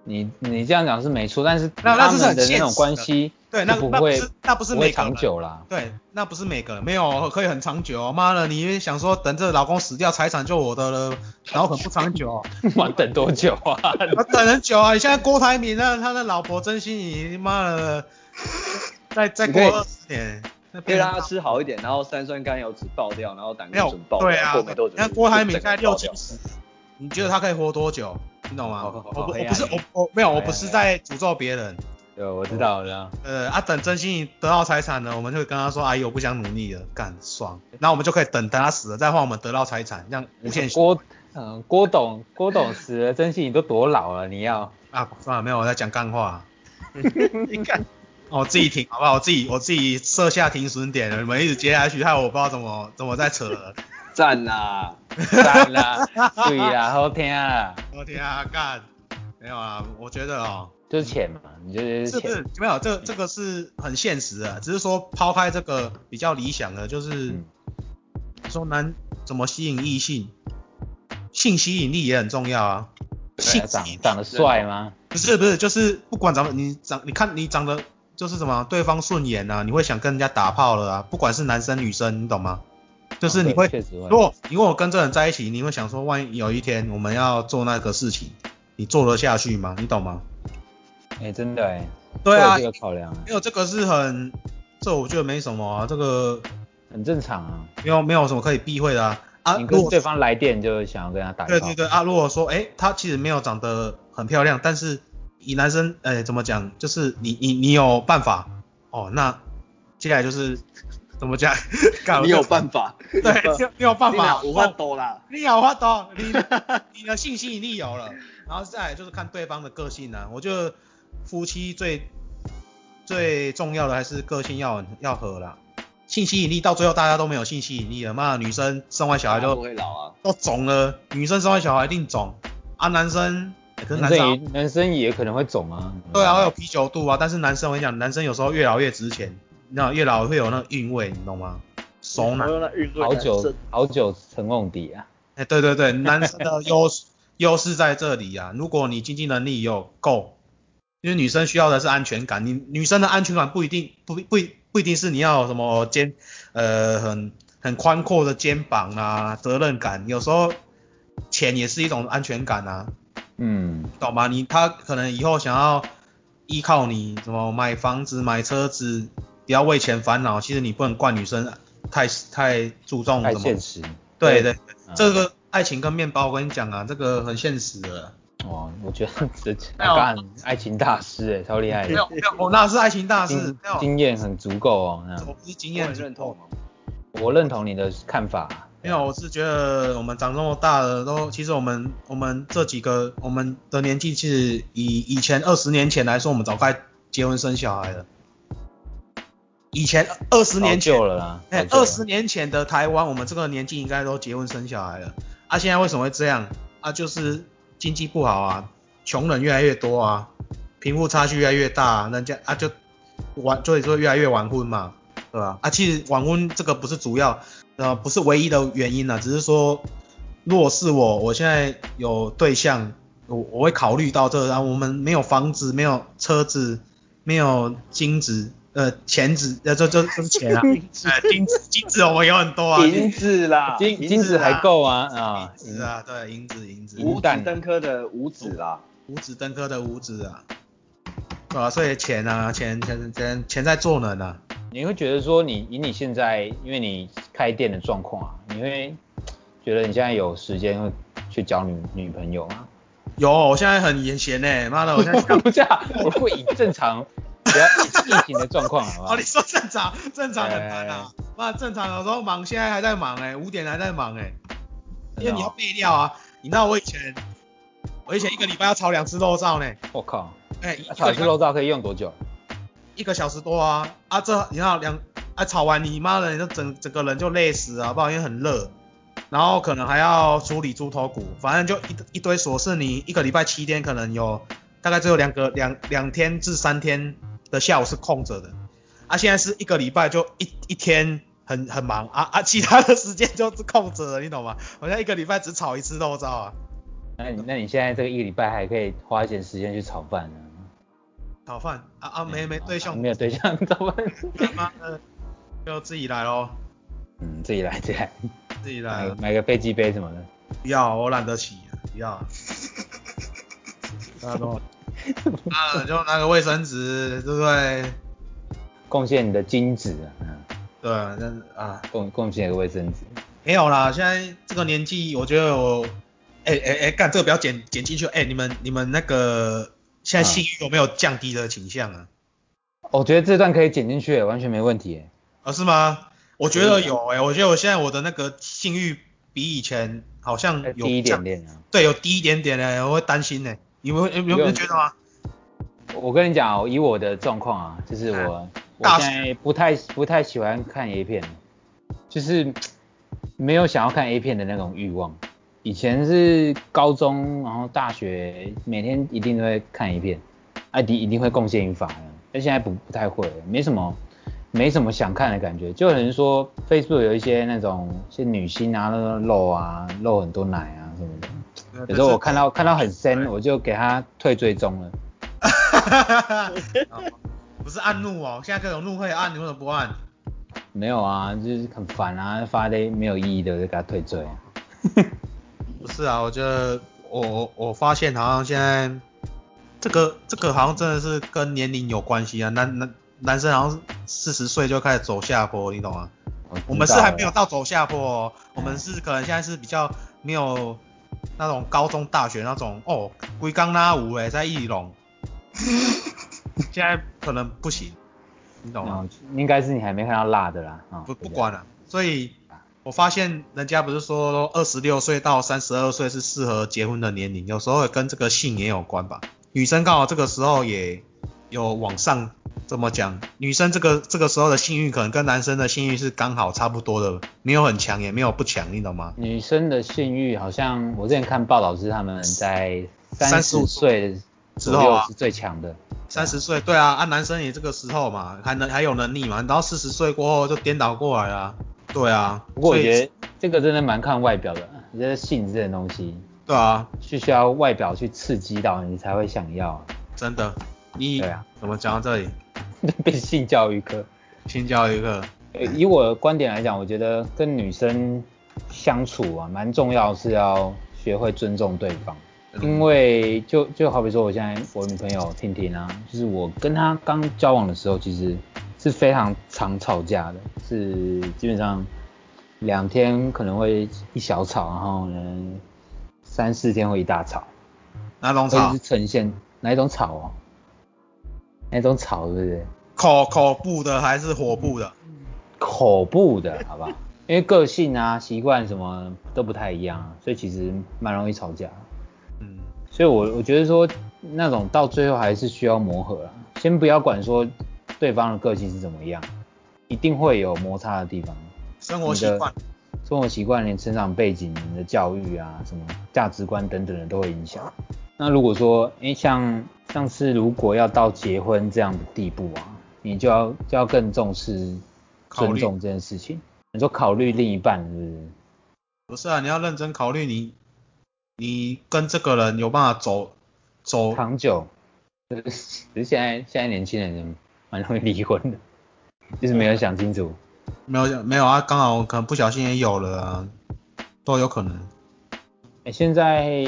[SPEAKER 2] 你你这样讲是没错，但是
[SPEAKER 1] 那那
[SPEAKER 2] 他
[SPEAKER 1] 是
[SPEAKER 2] 们
[SPEAKER 1] 很
[SPEAKER 2] 的那
[SPEAKER 1] 现
[SPEAKER 2] 种
[SPEAKER 1] 实的
[SPEAKER 2] 关系
[SPEAKER 1] 对，那
[SPEAKER 2] 就
[SPEAKER 1] 个
[SPEAKER 2] 不
[SPEAKER 1] 那不
[SPEAKER 2] 会
[SPEAKER 1] 是那不是
[SPEAKER 2] 不
[SPEAKER 1] 每
[SPEAKER 2] 会
[SPEAKER 1] 个人
[SPEAKER 2] 长久啦。
[SPEAKER 1] 对，那不是每个人没有可以很长久、哦。妈的，你想说等这老公死掉，财产就我的了，然后很不长久、哦。
[SPEAKER 2] 我要等多久 啊？
[SPEAKER 1] 我等很久啊！你现在郭台铭那他的老婆真心怡，妈的，再再过
[SPEAKER 2] 你可以啊
[SPEAKER 1] 二十年，那
[SPEAKER 4] 可以
[SPEAKER 1] 变
[SPEAKER 4] 让他吃好一点，然后三酸甘油酯爆掉，然后胆
[SPEAKER 1] 没
[SPEAKER 4] 固
[SPEAKER 1] 有
[SPEAKER 4] 醇爆掉，
[SPEAKER 1] 对啊
[SPEAKER 4] 过没多久，
[SPEAKER 1] 那郭台铭现
[SPEAKER 4] 整
[SPEAKER 1] 在
[SPEAKER 4] 个
[SPEAKER 1] 六
[SPEAKER 4] 爆
[SPEAKER 1] 七
[SPEAKER 4] 掉哦
[SPEAKER 1] 十，你觉得他可以活多久？你懂吗？
[SPEAKER 2] 好
[SPEAKER 1] 我
[SPEAKER 2] 好好
[SPEAKER 1] 不我
[SPEAKER 4] 哎
[SPEAKER 2] 黑暗
[SPEAKER 1] 不是
[SPEAKER 2] 面
[SPEAKER 1] 我我没有我
[SPEAKER 2] 黑暗
[SPEAKER 1] 不是
[SPEAKER 2] 面
[SPEAKER 1] 在诅咒别人，
[SPEAKER 2] 对，我知道了。
[SPEAKER 1] 呃啊等真心怡得到财产了，我们就跟他说阿姨我不想努力了，干爽，然后我们就可以等等他死了再换我们得到财产，这样无限循
[SPEAKER 2] 郭嗯、郭董郭董死了，真心你都多老了，你 要
[SPEAKER 1] 啊算了没有我在讲干话，
[SPEAKER 3] 你看，
[SPEAKER 1] 哦我自己停好不好？我自己我自己设下停损点了，你们一直接下去害我不知道怎么怎么在扯了。
[SPEAKER 4] 赞啊啦！
[SPEAKER 2] 赞啦，对啦，好听啊，
[SPEAKER 1] 我天啊，干！没有啊，我觉得哦，
[SPEAKER 2] 就是钱嘛，你就是
[SPEAKER 1] 是不
[SPEAKER 2] 钱啊
[SPEAKER 1] 是，没有这这个是很现实的，只是说抛开这个比较理想的，就是
[SPEAKER 2] 嗯
[SPEAKER 1] 你说男怎么吸引异性，性吸引力也很重要啊。
[SPEAKER 2] 对
[SPEAKER 1] 性
[SPEAKER 2] 啊
[SPEAKER 1] 吸引
[SPEAKER 2] 长长得帅吗？
[SPEAKER 1] 不是不是，就是不管长得你长，你看你长得就是什么，对方顺眼啊，你会想跟人家打炮了啊，不管是男生女生，你懂吗？就是你
[SPEAKER 2] 哦对
[SPEAKER 1] 会
[SPEAKER 2] 确实会
[SPEAKER 1] 如果如果我跟这人在一起，你会想说，万一有一天我们要做那个事情，你做得下去吗？你懂吗？
[SPEAKER 2] 哎、真的哎、
[SPEAKER 1] 对啊
[SPEAKER 2] 这个考量啊
[SPEAKER 1] 没有这个是很，这我觉得没什么啊，这个
[SPEAKER 2] 很正常啊。
[SPEAKER 1] 没有没有什么可以避讳的啊。啊，
[SPEAKER 2] 你
[SPEAKER 1] 如
[SPEAKER 2] 跟
[SPEAKER 1] 果
[SPEAKER 2] 对方来电就想要跟他打一
[SPEAKER 1] 对
[SPEAKER 2] 炮
[SPEAKER 1] 对对啊，如果说哎，她其实没有长得很漂亮，但是以男生哎怎么讲，就是你你你有办法哦，那接下来就是怎么讲， 干
[SPEAKER 4] 你有办法，
[SPEAKER 1] 对，你有你有办
[SPEAKER 4] 你
[SPEAKER 1] 法，哦
[SPEAKER 4] 哪五万多啦，
[SPEAKER 1] 你有话懂， 你的你的性吸引力有了，然后再来就是看对方的个性啊。我觉得夫妻最最重要的还是个性要要合啦。性吸引力到最后大家都没有性吸引力了，妈的女
[SPEAKER 2] 啊
[SPEAKER 1] 生生完小孩
[SPEAKER 4] 大家
[SPEAKER 1] 就
[SPEAKER 4] 不会老啊。
[SPEAKER 1] 都肿了，女生生完小孩一定肿啊，男生可是
[SPEAKER 2] 男
[SPEAKER 1] 男生
[SPEAKER 2] 生也
[SPEAKER 1] 好
[SPEAKER 2] 男生也可能会肿啊。
[SPEAKER 1] 对啊，会有啤酒肚啊，但是男生我跟你讲，男生有时候越老越值钱，你知道越老会有那个韵味，你懂吗？熟
[SPEAKER 3] 我
[SPEAKER 1] 男，
[SPEAKER 3] 用那运棍
[SPEAKER 2] 好
[SPEAKER 3] 来震
[SPEAKER 2] 久啊好久成瓮底啊。
[SPEAKER 1] 哎、对对对，男生的优势优势在这里啊。如果你经济能力有够，因为女生需要的是安全感，你女生的安全感不一定不不不一定是你要有什么肩呃很很宽阔的肩膀啊，责任感，有时候钱也是一种安全感啊，
[SPEAKER 2] 嗯，
[SPEAKER 1] 懂吗？你他可能以后想要依靠你什么买房子、买车子，不要为钱烦恼。其实你不能怪女生太太注重
[SPEAKER 2] 太
[SPEAKER 1] 什嗯么
[SPEAKER 2] 现实。
[SPEAKER 1] 对对，
[SPEAKER 2] 嗯
[SPEAKER 1] 这个爱情跟面包，我跟你讲啊，这个很现实的。
[SPEAKER 2] 哇，我觉得这
[SPEAKER 1] 没有啊
[SPEAKER 2] 干爱情大师哎，超厉害
[SPEAKER 1] 没
[SPEAKER 2] 的
[SPEAKER 1] 有，没有，我哦那是爱情大师，
[SPEAKER 2] 经
[SPEAKER 1] 没有，
[SPEAKER 2] 经哦验很足够哦。那
[SPEAKER 1] 我不是经
[SPEAKER 4] 你很
[SPEAKER 1] 验
[SPEAKER 4] 认同吗？
[SPEAKER 2] 我认同你的看法。啊
[SPEAKER 1] 没有，我是觉得我们长这么大了，都其实我们我们这几个我们的年纪，其实以以前二十年前来说，我们早该结婚生小孩了。以前二十年前
[SPEAKER 2] 早就了啦
[SPEAKER 1] 哎，
[SPEAKER 2] 早就了
[SPEAKER 1] 二十年前的台湾，我们这个年纪应该都结婚生小孩了。啊，现在为什么会这样？啊，就是经济不好啊，穷人越来越多啊，贫富差距越来越大、啊，人家啊就晚，所以说越来越晚婚嘛，对吧？啊，其实晚婚这个不是主要，呃，不是唯一的原因啊，只是说，如果是我，我现在有对象，我我会考虑到这个，然、后我们没有房子，没有车子，没有金子，呃，钱子，呃，这这这是 钱啊，呃，金子金子我们有很多啊，
[SPEAKER 4] 银子啦，
[SPEAKER 2] 金
[SPEAKER 1] 银
[SPEAKER 2] 金
[SPEAKER 1] 子
[SPEAKER 2] 子
[SPEAKER 1] 啊
[SPEAKER 2] 还够啊啊
[SPEAKER 1] 银！子啊，对，银子银子，
[SPEAKER 4] 五
[SPEAKER 2] 蛋
[SPEAKER 4] 子登科的五子啦，
[SPEAKER 1] 五指登科的五指啊，对啊，所以钱啊，钱钱钱钱在做人啊，
[SPEAKER 2] 你会觉得说你以你现在，因为你开店的状况啊，你会觉得你现在有时间会去交女女朋友吗？
[SPEAKER 1] 有，我现在很严闲呢，妈的，我现在想，
[SPEAKER 2] 不是啊，我如果以正常，不要疫情的状况好不好哎
[SPEAKER 1] 哦，你？说正常，正常很难啊，妈正常有时候忙，现在还在忙哎，五点还在忙哎，因
[SPEAKER 2] 哦
[SPEAKER 1] 为你要备料啊，你知道我以前，我以前一个礼拜要炒两次肉燥呢，
[SPEAKER 2] 我靠，
[SPEAKER 1] 哎，
[SPEAKER 2] 那炒一次肉燥可以用多久？
[SPEAKER 1] 一个小时多啊，啊这你看两啊炒完你妈的，你就整整个人就累死啊，好不好？因为很热，然后可能还要处理猪头骨，反正就一一堆琐事，你一个礼拜七天可能有大概只有两个两两天至三天的下午是空着的，啊现在是一个礼拜就一一天很很忙啊啊其他的时间就是空着的，你懂吗？我现在一个礼拜只炒一次肉燥啊，
[SPEAKER 2] 那你那你现在这个一个礼拜还可以花一点时间去炒饭呢？
[SPEAKER 1] 炒饭啊啊没没对象
[SPEAKER 2] 没，有对象炒 饭。
[SPEAKER 1] 妈的就自己来咯，
[SPEAKER 2] 嗯，自己来自己来，
[SPEAKER 1] 自己来
[SPEAKER 2] 买
[SPEAKER 1] 咯。
[SPEAKER 2] 买个飞机杯什么的。
[SPEAKER 1] 不要，我懒得洗，不 要。大家都，啊，就拿个卫生纸，对不对？
[SPEAKER 2] 贡献你的精子啊，嗯
[SPEAKER 1] 对，那啊，
[SPEAKER 2] 贡贡献一个卫生纸。
[SPEAKER 1] 没有啦，现在这个年纪，我觉得我，哎哎哎，干这个不要剪剪进去，哎、你们你们那个现在
[SPEAKER 2] 啊
[SPEAKER 1] 性欲有没有降低的倾向啊？
[SPEAKER 2] 我觉得这段可以剪进去，完全没问题。
[SPEAKER 1] 啊，是吗？我觉得有哎、我觉得我现在我的那个性欲比以前好像有
[SPEAKER 2] 低一点
[SPEAKER 1] 降，
[SPEAKER 2] 点啊。
[SPEAKER 1] 对，有低一点点哎、我会担心哎、你们有有没有觉得吗？
[SPEAKER 2] 我跟你讲哦，以我的状况啊，就是我、我
[SPEAKER 1] 大
[SPEAKER 2] 现在不太不太喜欢看 A 片，就是没有想要看 A 片的那种欲望。以前是高中，然后大学每天一定都会看一片，啊，一定一定会贡献于法的，但现在不不太会了，没什么没什么想看的感觉。就有人说 Facebook 有一些那种一些女星啊，那种露啊，露很多奶啊什么的。有时候我看到看到很深，我就给他退追踪了。
[SPEAKER 1] 哦不是按怒哦，现在各种怒可以按，你为什么不按？
[SPEAKER 2] 没有啊，就是很烦啊，发的没有意义的，我就给他退追啊。
[SPEAKER 1] 不是啊，我觉得我我我发现好像现在这个这个好像真的是跟年龄有关系啊，男男男生好像四十岁就开始走下坡，你懂吗？
[SPEAKER 2] 知道
[SPEAKER 1] 我们是还没有
[SPEAKER 2] 了
[SPEAKER 1] 到走下坡、哦，我们是可能现在是比较没有那种高中大学那种哦，龟缸拉舞哎，在翼龙，现在可能不行，你懂吗？
[SPEAKER 2] 嗯应该是你还没看到辣的啦。啊、
[SPEAKER 1] 啊不
[SPEAKER 2] 对
[SPEAKER 1] 不
[SPEAKER 2] 对
[SPEAKER 1] 管了、所以我发现人家不是说二十六岁到三十二岁是适合结婚的年龄，有时候跟这个性也有关吧。女生刚好这个时候也有往上这么讲，女生这个这个时候的性欲可能跟男生的性欲是刚好差不多的，没有很强
[SPEAKER 2] 啊
[SPEAKER 1] 也没有不强，你懂吗？
[SPEAKER 2] 女生的性欲好像我之前看报道是他们在三
[SPEAKER 1] 35
[SPEAKER 2] 岁
[SPEAKER 1] 之
[SPEAKER 2] 左
[SPEAKER 1] 后
[SPEAKER 2] 右
[SPEAKER 1] 啊
[SPEAKER 2] 是最强的，
[SPEAKER 1] 三十岁，对啊，啊男生也这个时候嘛，还能还有能力嘛，然后四十岁过后就颠倒过来啊，对啊，
[SPEAKER 2] 不过我
[SPEAKER 1] 所以
[SPEAKER 2] 觉得这个真的蛮看外表的，你这性这种东西
[SPEAKER 1] 对啊，
[SPEAKER 2] 是需要外表去刺激到你才会想 要，啊
[SPEAKER 1] 真的，你
[SPEAKER 2] 对啊
[SPEAKER 1] 怎么讲到这里？
[SPEAKER 2] 变性教育课。
[SPEAKER 1] 新教一个，
[SPEAKER 2] 呃以我的观点来讲，我觉得跟女生相处啊，蛮重要是要学会尊重对方，因为就就好比说，我现在我女朋友婷婷啊，就是我跟她刚交往的时候，其实是非常常吵架的，是基本上两天可能会一小吵，然后呢三四天会一大吵，
[SPEAKER 1] 哪种
[SPEAKER 2] 所以
[SPEAKER 1] 草
[SPEAKER 2] 是？呈现哪一种吵哦、哪一种吵对不对？
[SPEAKER 1] 口口部的还是火部的？
[SPEAKER 2] 口部的，好不好？ 因为个性啊、习惯什么都不太一样啊，所以其实蛮容易吵架。
[SPEAKER 1] 嗯，
[SPEAKER 2] 所以我我觉得说那种到最后还是需要磨合啊，先不要管说对方的个性是怎么样，一定会有摩擦的地方。
[SPEAKER 1] 生活习惯，
[SPEAKER 2] 你的、生活习惯、你成长背景、你的教育啊、什么价值观等等的都会影响。那如果说，诶、像像是如果要到结婚这样的地步啊，你就要就要更重视
[SPEAKER 1] 考
[SPEAKER 2] 尊
[SPEAKER 1] 虑
[SPEAKER 2] 重这件事情。你说考虑另一半是不是？
[SPEAKER 1] 不是啊，你要认真考虑你，你跟这个人有办法走走，
[SPEAKER 2] 长久，可是可是现在现在年轻人蛮容易离婚的，就是没有想清楚。
[SPEAKER 1] 没有没有啊，刚好可能不小心也有了啊，都有可 能。
[SPEAKER 2] 哎、现在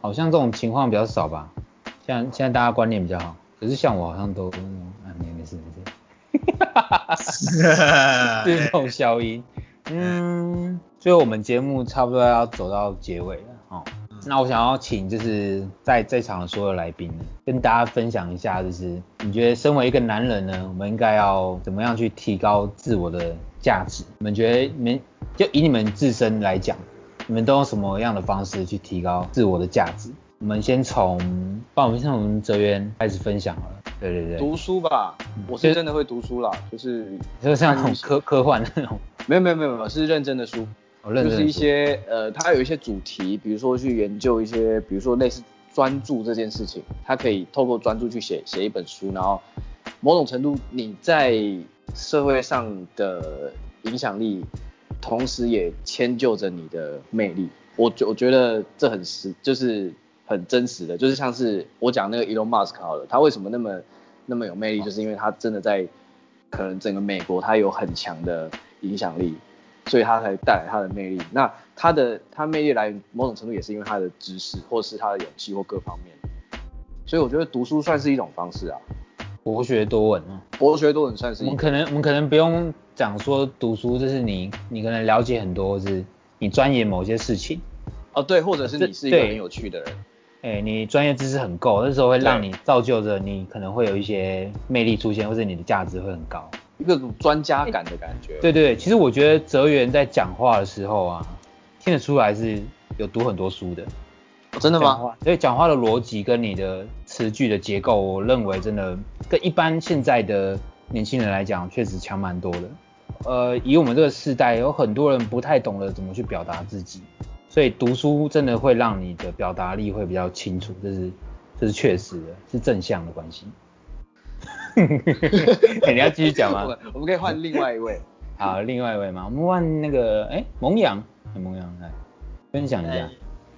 [SPEAKER 2] 好像这种情况比较少吧，像现在大家观念比较好，可是像我好像都，嗯啊，没没事没事，
[SPEAKER 4] 哎
[SPEAKER 2] 自动消音。嗯，所以我们节目差不多要走到结尾了哦。
[SPEAKER 4] 嗯
[SPEAKER 2] 那我想要请就是在在场的所有来宾呢，跟大家分享一下，就是你觉得身为一个男人呢，我们应该要怎么样去提高自我的价值？你们觉得你们就以你们自身来讲，你们都用什么样的方式去提高自我的价值？我们先从，帮我们先从哲源开始分享好了。对对对，
[SPEAKER 4] 读书吧，
[SPEAKER 1] 嗯
[SPEAKER 4] 我是真的会读书啦，就是
[SPEAKER 2] 就是像那种科科幻那种，
[SPEAKER 4] 没有没有没有没有是认真的书，
[SPEAKER 2] 我哦认
[SPEAKER 4] 就是
[SPEAKER 2] 真地
[SPEAKER 4] 一
[SPEAKER 2] 说
[SPEAKER 4] 些呃，它有一些主题，比如说去研究一些，比如说类似专注这件事情，它可以透过专注去写写一本书，然后某种程度你在社会上的影响力，同时也迁就着你的魅力。我觉我觉得这很实，就是很真实的，就是像是我讲那个 Elon Musk 好了，他为什么那么那么有魅力，就是因为他真的在可能整个美国他有很强的影响力，所以他才带来他的魅力。那他的他魅力来源某种程度也是因为他的知识，或是他的勇气或各方面。所以我觉得读书算是一种方式啊，
[SPEAKER 2] 博学多闻啊。
[SPEAKER 4] 博学多闻算是
[SPEAKER 2] 我
[SPEAKER 4] 一
[SPEAKER 2] 们可
[SPEAKER 4] 种。
[SPEAKER 2] 能我们可能不用讲说读书，就是你你可能了解很多，就是你钻研某些事情，
[SPEAKER 4] 哦，对，或者是
[SPEAKER 2] 这
[SPEAKER 4] 你是一个
[SPEAKER 2] 对
[SPEAKER 4] 很有趣的人，
[SPEAKER 2] 哎、你专业知识很够，那时候会让
[SPEAKER 4] 对
[SPEAKER 2] 你造就着你可能会有一些魅力出现，或者你的价值会很高。
[SPEAKER 4] 一个专家感的感觉。
[SPEAKER 2] 对对对，其实我觉得哲源在讲话的时候啊，听得出来是有读很多书的。
[SPEAKER 4] 哦，真的
[SPEAKER 2] 讲
[SPEAKER 4] 吗？
[SPEAKER 2] 话，所以讲话的逻辑跟你的词句的结构，我认为真的跟一般现在的年轻人来讲，确实强蛮多的。呃，以我们这个世代，有很多人不太懂得怎么去表达自己，所以读书真的会让你的表达力会比较清楚，这是这是确实的，是正向的关系。 欸你要继续讲
[SPEAKER 4] 我
[SPEAKER 2] 吗
[SPEAKER 4] 们？我们可以换另外一位。
[SPEAKER 2] 好，另外一位嘛，我们换那个哎、萌阳，哎萌阳来分享一下
[SPEAKER 3] 哎。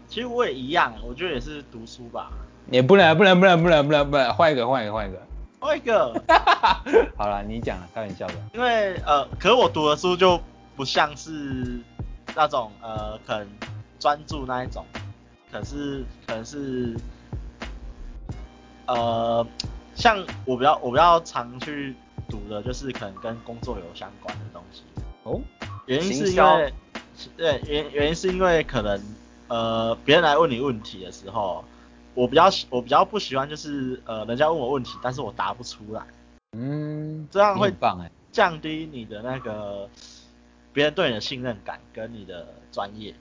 [SPEAKER 3] 其实我也一样，我觉得也是读书吧。
[SPEAKER 2] 也不然不然不然不然不然不然，换一个换一个换一个。
[SPEAKER 3] 另外一个，
[SPEAKER 2] 好了，你讲了，开玩笑的。
[SPEAKER 3] 因为呃，可是我读的书就不像是那种呃，可能专注那一种，可是可能是呃，像我比较我比较常去读的就是可能跟工作有相关的东西，
[SPEAKER 2] 哦，
[SPEAKER 3] 原因是
[SPEAKER 4] 行
[SPEAKER 3] 因
[SPEAKER 4] 销
[SPEAKER 3] 为对原原因是因为可能呃别人来问你问题的时候，我比较喜我比较不喜欢就是呃人家问我问题，但是我答不出来。
[SPEAKER 2] 嗯，
[SPEAKER 3] 这样
[SPEAKER 2] 你
[SPEAKER 3] 会
[SPEAKER 2] 很棒哎。
[SPEAKER 3] 降低你的那个别人对你的信任感跟你的专业。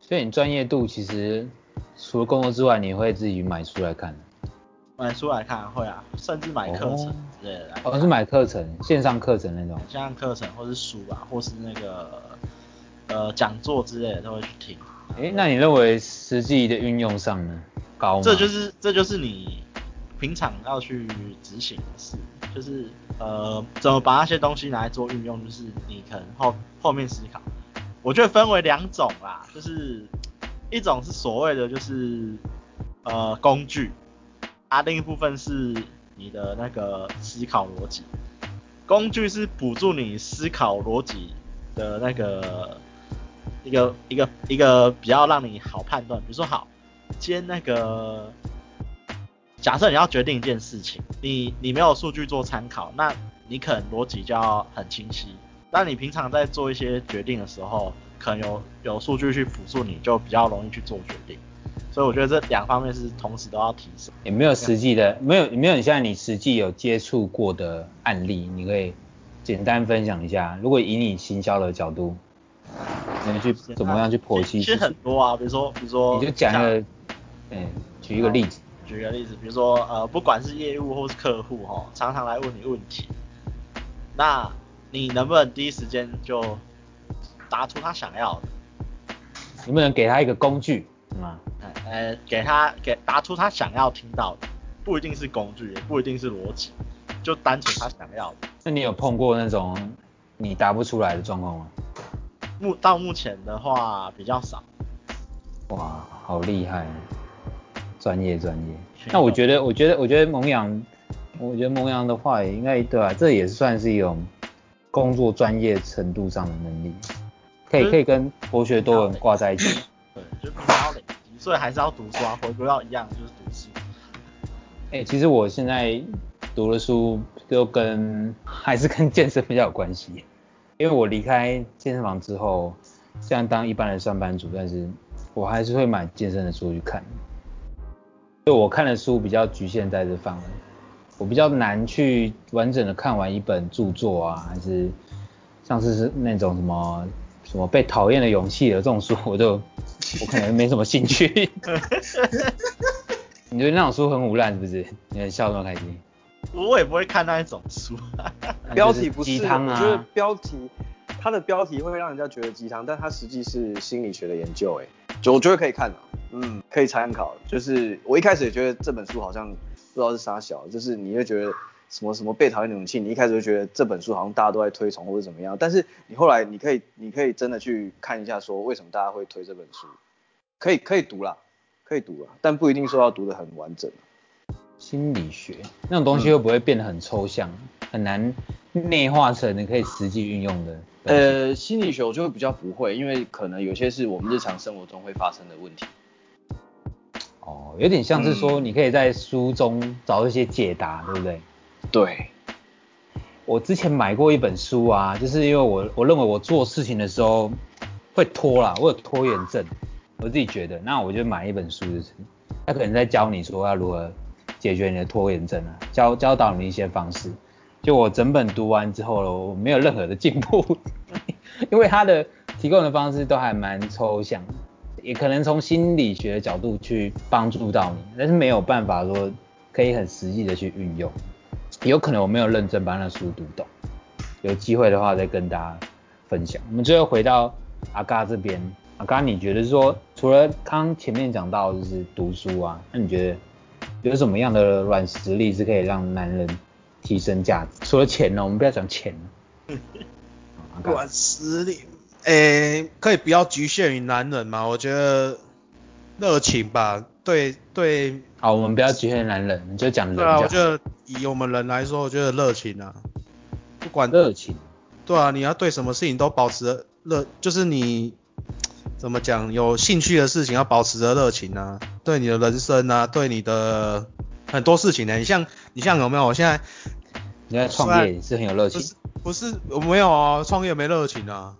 [SPEAKER 2] 所以你专业度其实除了工作之外，你会自己买书来看。
[SPEAKER 3] 买书来看会啊，甚至买课程之类的来看，
[SPEAKER 2] 哦，是买课程，线上课程那种。
[SPEAKER 3] 像课程或是书啊，或是那个呃讲座之类的都会去听。
[SPEAKER 2] 诶，那你认为实际的运用上呢？高吗？
[SPEAKER 3] 这就是这就是你平常要去执行的事，就是呃，怎么把那些东西拿来做运用，就是你可能后后面思考。我觉得分为两种啦，就是一种是所谓的就是呃工具，啊，另一部分是你的那个思考逻辑。工具是辅助你思考逻辑的那个一个一个一个比较让你好判断，比如说好，今天那个假设你要决定一件事情，你你没有数据做参考，那你可能逻辑就要很清晰。但你平常在做一些决定的时候，可能有有数据去辅助你，就比较容易去做决定。所以我觉得这两方面是同时都要提升。
[SPEAKER 2] 也没有实际的，没有没有，你现在你实际有接触过的案例，你可以简单分享一下。如果以你行销的角度，你们去怎么样去剖析
[SPEAKER 3] 啊其实
[SPEAKER 2] 事
[SPEAKER 3] 很
[SPEAKER 2] 情？
[SPEAKER 3] 多啊，比如说比如说
[SPEAKER 2] 你就讲一
[SPEAKER 3] 像
[SPEAKER 2] 个，嗯，举一个例子，
[SPEAKER 3] 举个例子，比如说呃，不管是业务或是客户哈、哦，常常来问你问题，那你能不能第一时间就答出他想要的？
[SPEAKER 2] 你不能给他一个工具，是吗？
[SPEAKER 3] 哎呃，给他给答出他想要听到的，不一定是工具，也不一定是逻辑，就单纯他想要的。
[SPEAKER 2] 那你有碰过那种你答不出来的状况吗？
[SPEAKER 3] 目到目前的话比较少，
[SPEAKER 2] 哇，好厉害，啊专业专业
[SPEAKER 3] 是。
[SPEAKER 2] 那我觉得，我觉得，我觉得蒙阳，我觉得蒙阳的话也应该对吧、这也算是一种工作专业程度上的能力，可以可以跟博学多闻挂在一起。
[SPEAKER 3] 对，就比较累积，所以还是要读书啊，回归到一样就是读书。
[SPEAKER 2] 哎、其实我现在读的书就跟还是跟健身比较有关系，因为我离开健身房之后，虽然当一般的上班族，但是我还是会买健身的书去看。对我看的书比较局限在这范围，我比较难去完整的看完一本著作啊，还是像是是那种什么什么被讨厌的勇气的这种书，我就我可能没什么兴 趣。你觉得那种书很无烂是不是？你很笑得那么开心？
[SPEAKER 3] 我也不会看那一种书，
[SPEAKER 4] 标题不是，
[SPEAKER 2] 鸡汤
[SPEAKER 4] 我觉得
[SPEAKER 2] 啊，
[SPEAKER 4] 标题，它的标题会让人家觉得鸡汤，但它实际是心理学的研究，哎，就我觉得可以看的、嗯，可以参考。就是我一开始也觉得这本书好像不知道是啥小，就是你会觉得什么什么被讨厌的勇气，你一开始就觉得这本书好像大家都在推崇或者怎么样，但是你后来你可以你可以真的去看一下，说为什么大家会推这本书，可以可以读啦，可以读啦，但不一定说要读的很完整。
[SPEAKER 2] 心理学那种东西会不会变得很抽象，很难内化成你可以实际运用的？呃，
[SPEAKER 4] 呃，心理学我就会比较不会，因为可能有些是我们日常生活中会发生的问题。
[SPEAKER 2] 哦，有点像是说你可以在书中找一些解答，对不对？
[SPEAKER 4] 对，
[SPEAKER 2] 我之前买过一本书啊，就是因为我我认为我做事情的时候会拖啦，我有拖延症，我自己觉得，那我就买一本书就是，他可能在教你说要如何解决你的拖延症啊，教教导你一些方式。就我整本读完之后了，我没有任何的进步，因为他的提供的方式都还蛮抽象的，也可能从心理学的角度去帮助到你，但是没有办法说可以很实际的去运用。有可能我没有认真把那书读懂，有机会的话再跟大家分享。我们最后回到阿嘎这边，阿嘎，你觉得说除了刚前面讲到就是读书啊，那你觉得有什么样的软实力是可以让男人提升价值？除了钱呢，我们不要讲钱了。阿嘎
[SPEAKER 1] 软实力，诶、可以不要局限于男人嘛？我觉得热情吧，对对
[SPEAKER 2] 好，我们不要局限男人，你就讲人
[SPEAKER 1] 对啊，我
[SPEAKER 2] 就
[SPEAKER 1] 觉得以我们人来说，我觉得热情啊，不管
[SPEAKER 2] 好。热情，
[SPEAKER 1] 对啊，你要对什么事情都保持着热，就是你怎么讲，有兴趣的事情要保持着热情啊，对你的人生啊，对你的很多事情呢、你像你像有没有？我现在
[SPEAKER 2] 你在
[SPEAKER 1] 虽
[SPEAKER 2] 创
[SPEAKER 1] 然
[SPEAKER 2] 业也是很有热
[SPEAKER 1] 不是
[SPEAKER 2] 情，
[SPEAKER 1] 不是我没有啊，创业没热情啊，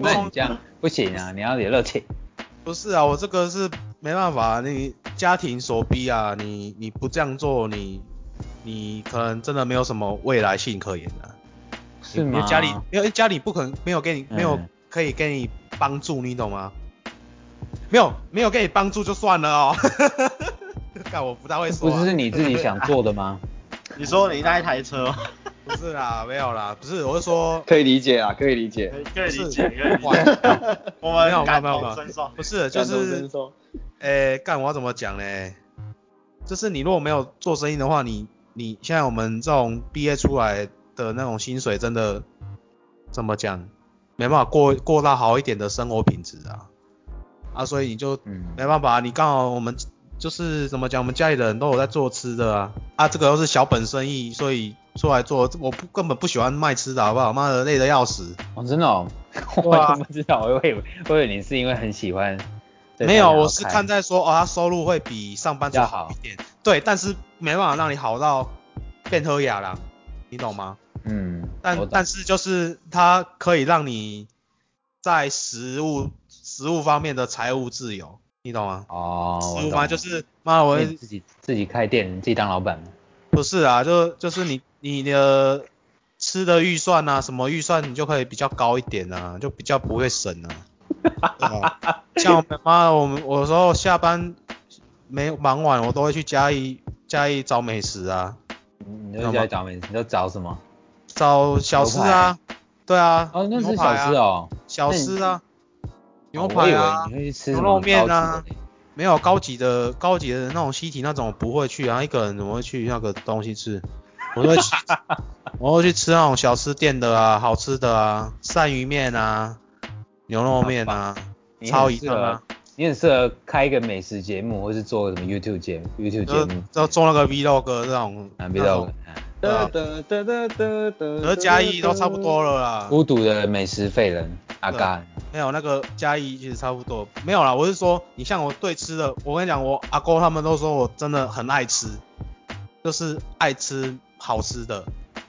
[SPEAKER 2] 那 你这样不行啊，你要有热情。
[SPEAKER 1] 不是啊，我这个是没办法、啊你家庭所逼啊，你你不这样做，你你可能真的没有什么未来性可言的、啊，
[SPEAKER 2] 是
[SPEAKER 1] 因
[SPEAKER 2] 吗？
[SPEAKER 1] 为家里因为家里不可能没有给你没有
[SPEAKER 2] 嗯
[SPEAKER 1] 可以给你帮助，你懂吗？没有没有给你帮助就算了哦。 干我不太会
[SPEAKER 2] 这
[SPEAKER 1] 说、
[SPEAKER 2] 不
[SPEAKER 1] 啊。
[SPEAKER 2] 是你自己想做的吗？
[SPEAKER 3] 你说你那一台车哦，
[SPEAKER 1] 不是啦，没有啦，不是，我是说，
[SPEAKER 4] 可以理解啊，可以理解
[SPEAKER 3] 可。以可以
[SPEAKER 1] 是
[SPEAKER 3] 理解，可以理
[SPEAKER 1] 哇
[SPEAKER 3] 解。
[SPEAKER 1] 我
[SPEAKER 3] 没
[SPEAKER 1] 们
[SPEAKER 3] 有
[SPEAKER 1] 感
[SPEAKER 3] 没有
[SPEAKER 1] 同
[SPEAKER 3] 没有
[SPEAKER 1] 身受不是，就
[SPEAKER 4] 感同身
[SPEAKER 1] 是，
[SPEAKER 4] 受
[SPEAKER 1] 诶、哎干我要怎么讲嘞？就是你如果没有做生意的话，你你现在我们这种毕业出来的那种薪水，真的怎么讲，没办法过过到好一点的生活品质啊，啊，所以你就
[SPEAKER 2] 嗯，
[SPEAKER 1] 没办法，你刚好我们就是怎么讲，我们家里的人都有在做吃的啊，啊，这个又是小本生意，所以出来做，我不根本不喜欢卖吃的，好不好？妈的，累得要死。
[SPEAKER 2] 哦，真的哦， 我
[SPEAKER 1] 啊
[SPEAKER 2] 都不知道，我以为我以为你是因为很喜欢在台南开，
[SPEAKER 1] 没有，我是看在说哦，他收入会比上班族
[SPEAKER 2] 比较
[SPEAKER 1] 好
[SPEAKER 2] 好
[SPEAKER 1] 一点，对，但是没办法让你好到变喝哑啦，你懂吗？
[SPEAKER 2] 嗯，我
[SPEAKER 1] 但
[SPEAKER 2] 懂
[SPEAKER 1] 但是就是它可以让你在食物食物方面的财务自由，你懂吗？
[SPEAKER 2] 哦，我
[SPEAKER 1] 食物
[SPEAKER 2] 懂
[SPEAKER 1] 方面就
[SPEAKER 2] 了
[SPEAKER 1] 是妈的，我
[SPEAKER 2] 因为你自己自己开店，自己当老板，
[SPEAKER 1] 不是啊，就就是你你的吃的预算啊，什么预算你就可以比较高一点啊，就比较不会省啊。对啊像我们妈，我们我有时候下班没忙完，我都会去嘉义嘉义找美食啊，
[SPEAKER 2] 你你
[SPEAKER 1] 知道
[SPEAKER 2] 就在
[SPEAKER 1] 吗
[SPEAKER 2] 找你就找什么？
[SPEAKER 1] 找小吃啊，对啊，
[SPEAKER 2] 哦，那
[SPEAKER 1] 牛
[SPEAKER 2] 是
[SPEAKER 1] 排
[SPEAKER 2] 小
[SPEAKER 1] 啊
[SPEAKER 2] 吃，哦，
[SPEAKER 1] 小吃啊，牛
[SPEAKER 2] 哦我以
[SPEAKER 1] 排
[SPEAKER 2] 为
[SPEAKER 1] 啊，
[SPEAKER 2] 你会去吃
[SPEAKER 1] 牛
[SPEAKER 2] 什
[SPEAKER 1] 肉
[SPEAKER 2] 么
[SPEAKER 1] 面
[SPEAKER 2] 高级
[SPEAKER 1] 啊
[SPEAKER 2] 的嘞
[SPEAKER 1] 没有高级的高级的那种西体那种我不会去啊，一个人怎么会去那个东西吃？我都会去，我会去吃那种小吃店的啊，好吃的啊，鳝鱼面啊，牛肉面啊，
[SPEAKER 2] 你
[SPEAKER 1] 超
[SPEAKER 2] 很
[SPEAKER 1] 一
[SPEAKER 2] 适
[SPEAKER 1] 顿啊
[SPEAKER 2] 合，，你很适合开一个美食节目，或是做什么 YouTube 节目 YouTube
[SPEAKER 1] 就
[SPEAKER 2] 节目，
[SPEAKER 1] 就做那个 vlog 这种，
[SPEAKER 2] 啊，别到
[SPEAKER 1] 对啊
[SPEAKER 4] 哒哒哒哒哒
[SPEAKER 1] 可是嘉义都差不多了啦，
[SPEAKER 2] 啊孤独的美食废人阿嘎，
[SPEAKER 1] 没有那个嘉义其实差不多，没有啦，我是说你像我对吃的，我跟你讲，我阿公他们都说我真的很爱吃，就是爱吃好吃的，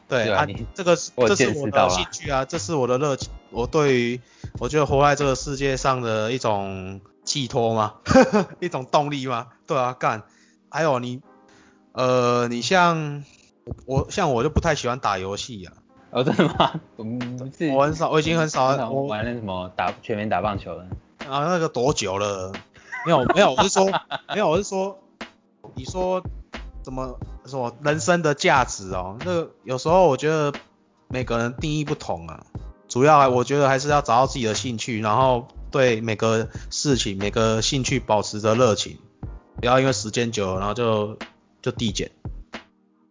[SPEAKER 1] 对
[SPEAKER 2] 对啊
[SPEAKER 1] 啊
[SPEAKER 2] 你，
[SPEAKER 1] 这个是
[SPEAKER 2] 我
[SPEAKER 1] 这是
[SPEAKER 2] 见识
[SPEAKER 1] 我
[SPEAKER 2] 到
[SPEAKER 1] 的
[SPEAKER 2] 啦
[SPEAKER 1] 兴趣啊，这是我的热情，我对于我觉得活在这个世界上的一种寄托嘛， 一种动力嘛，对啊，干，还有你，呃，你像我像我就不太喜欢打游戏啊，
[SPEAKER 2] 哦，真的吗？ 我们自己
[SPEAKER 1] 我很少，我已经很少
[SPEAKER 2] 很少
[SPEAKER 1] 我
[SPEAKER 2] 玩那什么打全民打棒球了。
[SPEAKER 1] 啊，那个多久 了？没有没有，我是说没有，我是说，你说怎么什么人生的价值哦？那个有时候我觉得每个人定义不同啊，主要还我觉得还是要找到自己的兴趣，然后对每个事情、每个兴趣保持着热情，不要因为时间久了，然后就就递减，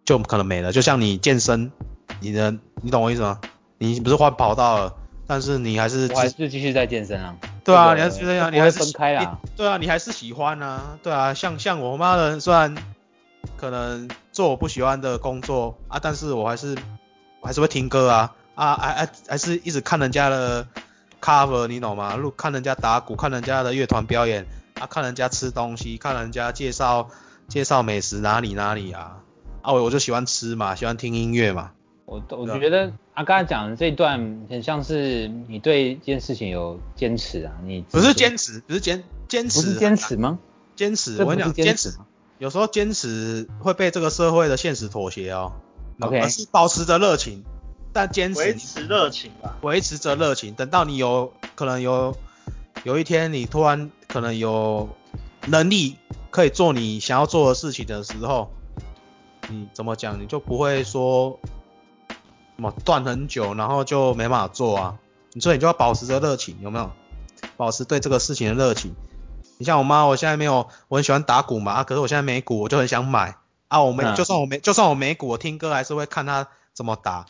[SPEAKER 1] 就可能没了。就像你健身，你的你懂我意思吗？你不是换跑道了，但是你还是
[SPEAKER 2] 我还
[SPEAKER 1] 自
[SPEAKER 2] 是继续在健身啊。
[SPEAKER 1] 对啊，你
[SPEAKER 2] 这
[SPEAKER 1] 还
[SPEAKER 2] 个
[SPEAKER 1] 是这样，
[SPEAKER 2] 不
[SPEAKER 1] 你还
[SPEAKER 2] 会
[SPEAKER 1] 是
[SPEAKER 2] 分开啦
[SPEAKER 1] 你对啊，你还是喜欢啊，对啊，像像我妈的，虽然可能做我不喜欢的工作啊，但是我还是我还是会听歌啊啊，还还还是一直看人家的 cover，你懂吗？录看人家打鼓，看人家的乐团表演啊，看人家吃东西，看人家介绍介绍美食哪里哪里啊啊，我我就喜欢吃嘛，喜欢听音乐嘛，
[SPEAKER 2] 我我
[SPEAKER 1] 对啊
[SPEAKER 2] 觉得阿嘎讲的这一段很像是你对一件事情有坚持啊，你
[SPEAKER 1] 不是坚持，不是坚坚
[SPEAKER 2] 不
[SPEAKER 1] 持，啊
[SPEAKER 2] 是坚持吗？
[SPEAKER 1] 坚持，
[SPEAKER 2] 这
[SPEAKER 1] 我跟
[SPEAKER 2] 不
[SPEAKER 1] 你
[SPEAKER 2] 是
[SPEAKER 1] 讲，坚
[SPEAKER 2] 持
[SPEAKER 1] 持
[SPEAKER 2] 吗？
[SPEAKER 1] 有时候坚持会被这个社会的现实妥协哦。
[SPEAKER 2] OK
[SPEAKER 1] 而是保持着热情，但坚
[SPEAKER 3] 维
[SPEAKER 1] 持
[SPEAKER 3] 持热情吧。
[SPEAKER 1] 维持着热情，等到你有可能有有一天你突然可能有能力可以做你想要做的事情的时候，你怎么讲你就不会说什么断很久，然后就没办法做啊。所以你就要保持着热情，有没有？保持对这个事情的热情。你像我妈，我现在没有，我很喜欢打鼓嘛，啊，可是我现在没鼓，我就很想买啊。我没，
[SPEAKER 2] 嗯
[SPEAKER 1] 就算我没，就算我没鼓，我听歌还是会看她怎么打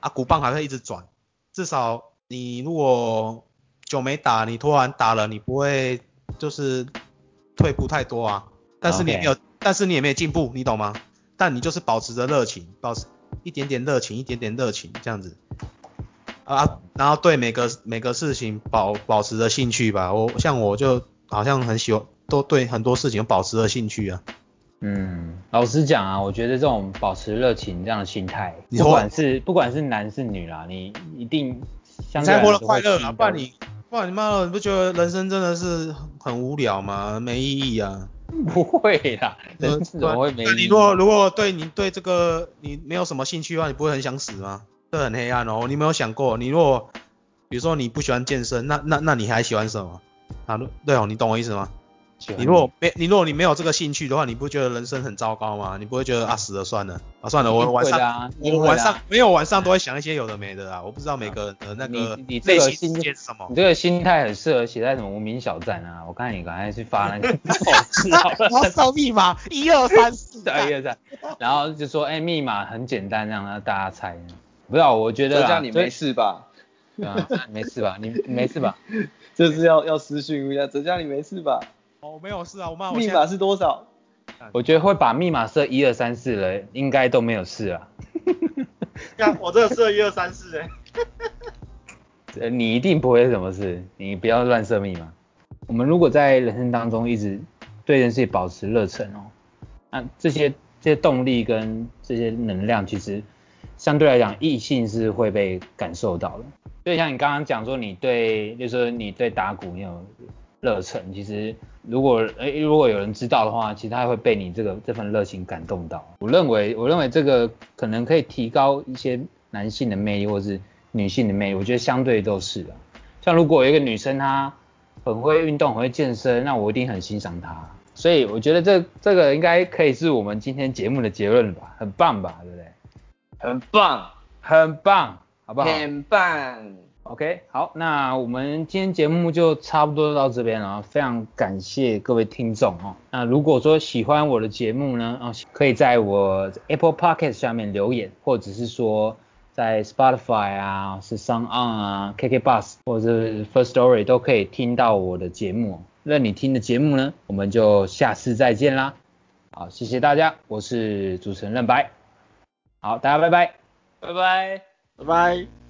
[SPEAKER 1] 啊，鼓棒还会一直转。至少你如果久没打，你突然打了，你不会就是退步太多啊。但是你也没有但是你也没有进步，你懂吗？但你就是保持着热情，保持一点点热情，一点点热情这样子。啊，然后对每个每个事情保保持着兴趣吧。我像我就好像很喜欢，都对很多事情保持着兴趣啊。
[SPEAKER 2] 嗯，老实讲啊，我觉得这种保持热情这样的心态，
[SPEAKER 1] 你
[SPEAKER 2] 不
[SPEAKER 1] 活
[SPEAKER 2] 管是不管是男是女啦，你一定
[SPEAKER 1] 你
[SPEAKER 2] 相对
[SPEAKER 1] 才
[SPEAKER 2] 来
[SPEAKER 1] 活
[SPEAKER 2] 说
[SPEAKER 1] 得快乐
[SPEAKER 2] 会吸
[SPEAKER 1] 啊，
[SPEAKER 2] 引
[SPEAKER 1] 不
[SPEAKER 2] 到
[SPEAKER 1] 然你不然你妈的，你不觉得人生真的是很无聊吗？没意义啊。
[SPEAKER 2] 不会 啦，人
[SPEAKER 1] 呃
[SPEAKER 2] 怎么会哦没意义？
[SPEAKER 1] 那你如果如果对你对这个你没有什么兴趣的话，你不会很想死吗？这很黑暗哦。你没有想过，你如果比如说你不喜欢健身，那那那你还喜欢什么？啊，对哦，你懂我意思吗？
[SPEAKER 2] 喜欢
[SPEAKER 1] 你如果没你如果你没有这个兴趣的话，你不觉得人生很糟糕吗？你不会觉得啊死了算了啊算了，
[SPEAKER 2] 一
[SPEAKER 1] 我
[SPEAKER 2] 定
[SPEAKER 1] 晚
[SPEAKER 2] 会
[SPEAKER 1] 上、
[SPEAKER 2] 的啊一
[SPEAKER 1] 我
[SPEAKER 2] 定会
[SPEAKER 1] 晚
[SPEAKER 2] 的
[SPEAKER 1] 上
[SPEAKER 2] 啊
[SPEAKER 1] 没有晚上都会想一些有的没的啊，我不知道每个人的那个
[SPEAKER 2] 你你这
[SPEAKER 1] 内心
[SPEAKER 2] 个
[SPEAKER 1] 世
[SPEAKER 2] 心
[SPEAKER 1] 界是什么
[SPEAKER 2] 你。这个心态很适合写在什么无名小站啊，我看你赶快去发那个 post 好了
[SPEAKER 1] 我要扫密码一二三四，
[SPEAKER 2] 对，一二三，然后就说，哎、密码很简单，让大家猜。不知道，我觉
[SPEAKER 4] 就
[SPEAKER 2] 得
[SPEAKER 4] 这
[SPEAKER 2] 啊
[SPEAKER 4] 样你没，事吧？
[SPEAKER 2] 对 啊，那你没事吧？你你没事吧？
[SPEAKER 4] 就是要要私讯一下，哲嘉你没事吧？
[SPEAKER 1] 我没有事啊，我妈我
[SPEAKER 4] 密
[SPEAKER 1] 现
[SPEAKER 4] 码
[SPEAKER 1] 在
[SPEAKER 4] 是多少？
[SPEAKER 2] 我觉得会把密码设一二三四的人，应该都没有事啊。
[SPEAKER 3] 看我这个设一二三四哎，
[SPEAKER 2] 呃，你一定不会有什么事，你不要乱设密码。我们如果在人生当中一直对人事保持热忱哦，那这些这些动力跟这些能量，其实相对来讲，异性是会被感受到的。所以像你刚刚讲说，你对，就是说你对打鼓你有热忱，其实如果诶、如果有人知道的话，其实他会被你这个这份热情感动到。我认为我认为这个可能可以提高一些男性的魅力，或是女性的魅力，我觉得相对都是啊。像如果有一个女生她很会运动，很会健身，那我一定很欣赏她。所以我觉得这这个应该可以是我们今天节目的结论吧，很棒吧，对不对？
[SPEAKER 4] 很棒，
[SPEAKER 2] 很棒，好不好？
[SPEAKER 4] 很棒。
[SPEAKER 2] OK，好，那我们今天节目就差不多到这边了啊，非常感谢各位听众哦。那如果说喜欢我的节目呢，哦，可以在我 Apple Podcast 下面留言，或者是说在 Spotify 啊、是 s o n On 啊、KK Bus 或者是 First Story 都可以听到我的节目哦。那你听的节目呢，我们就下次再见啦。好，谢谢大家，我是主持人任白。好，大家拜拜。
[SPEAKER 4] 拜拜。
[SPEAKER 3] 拜拜。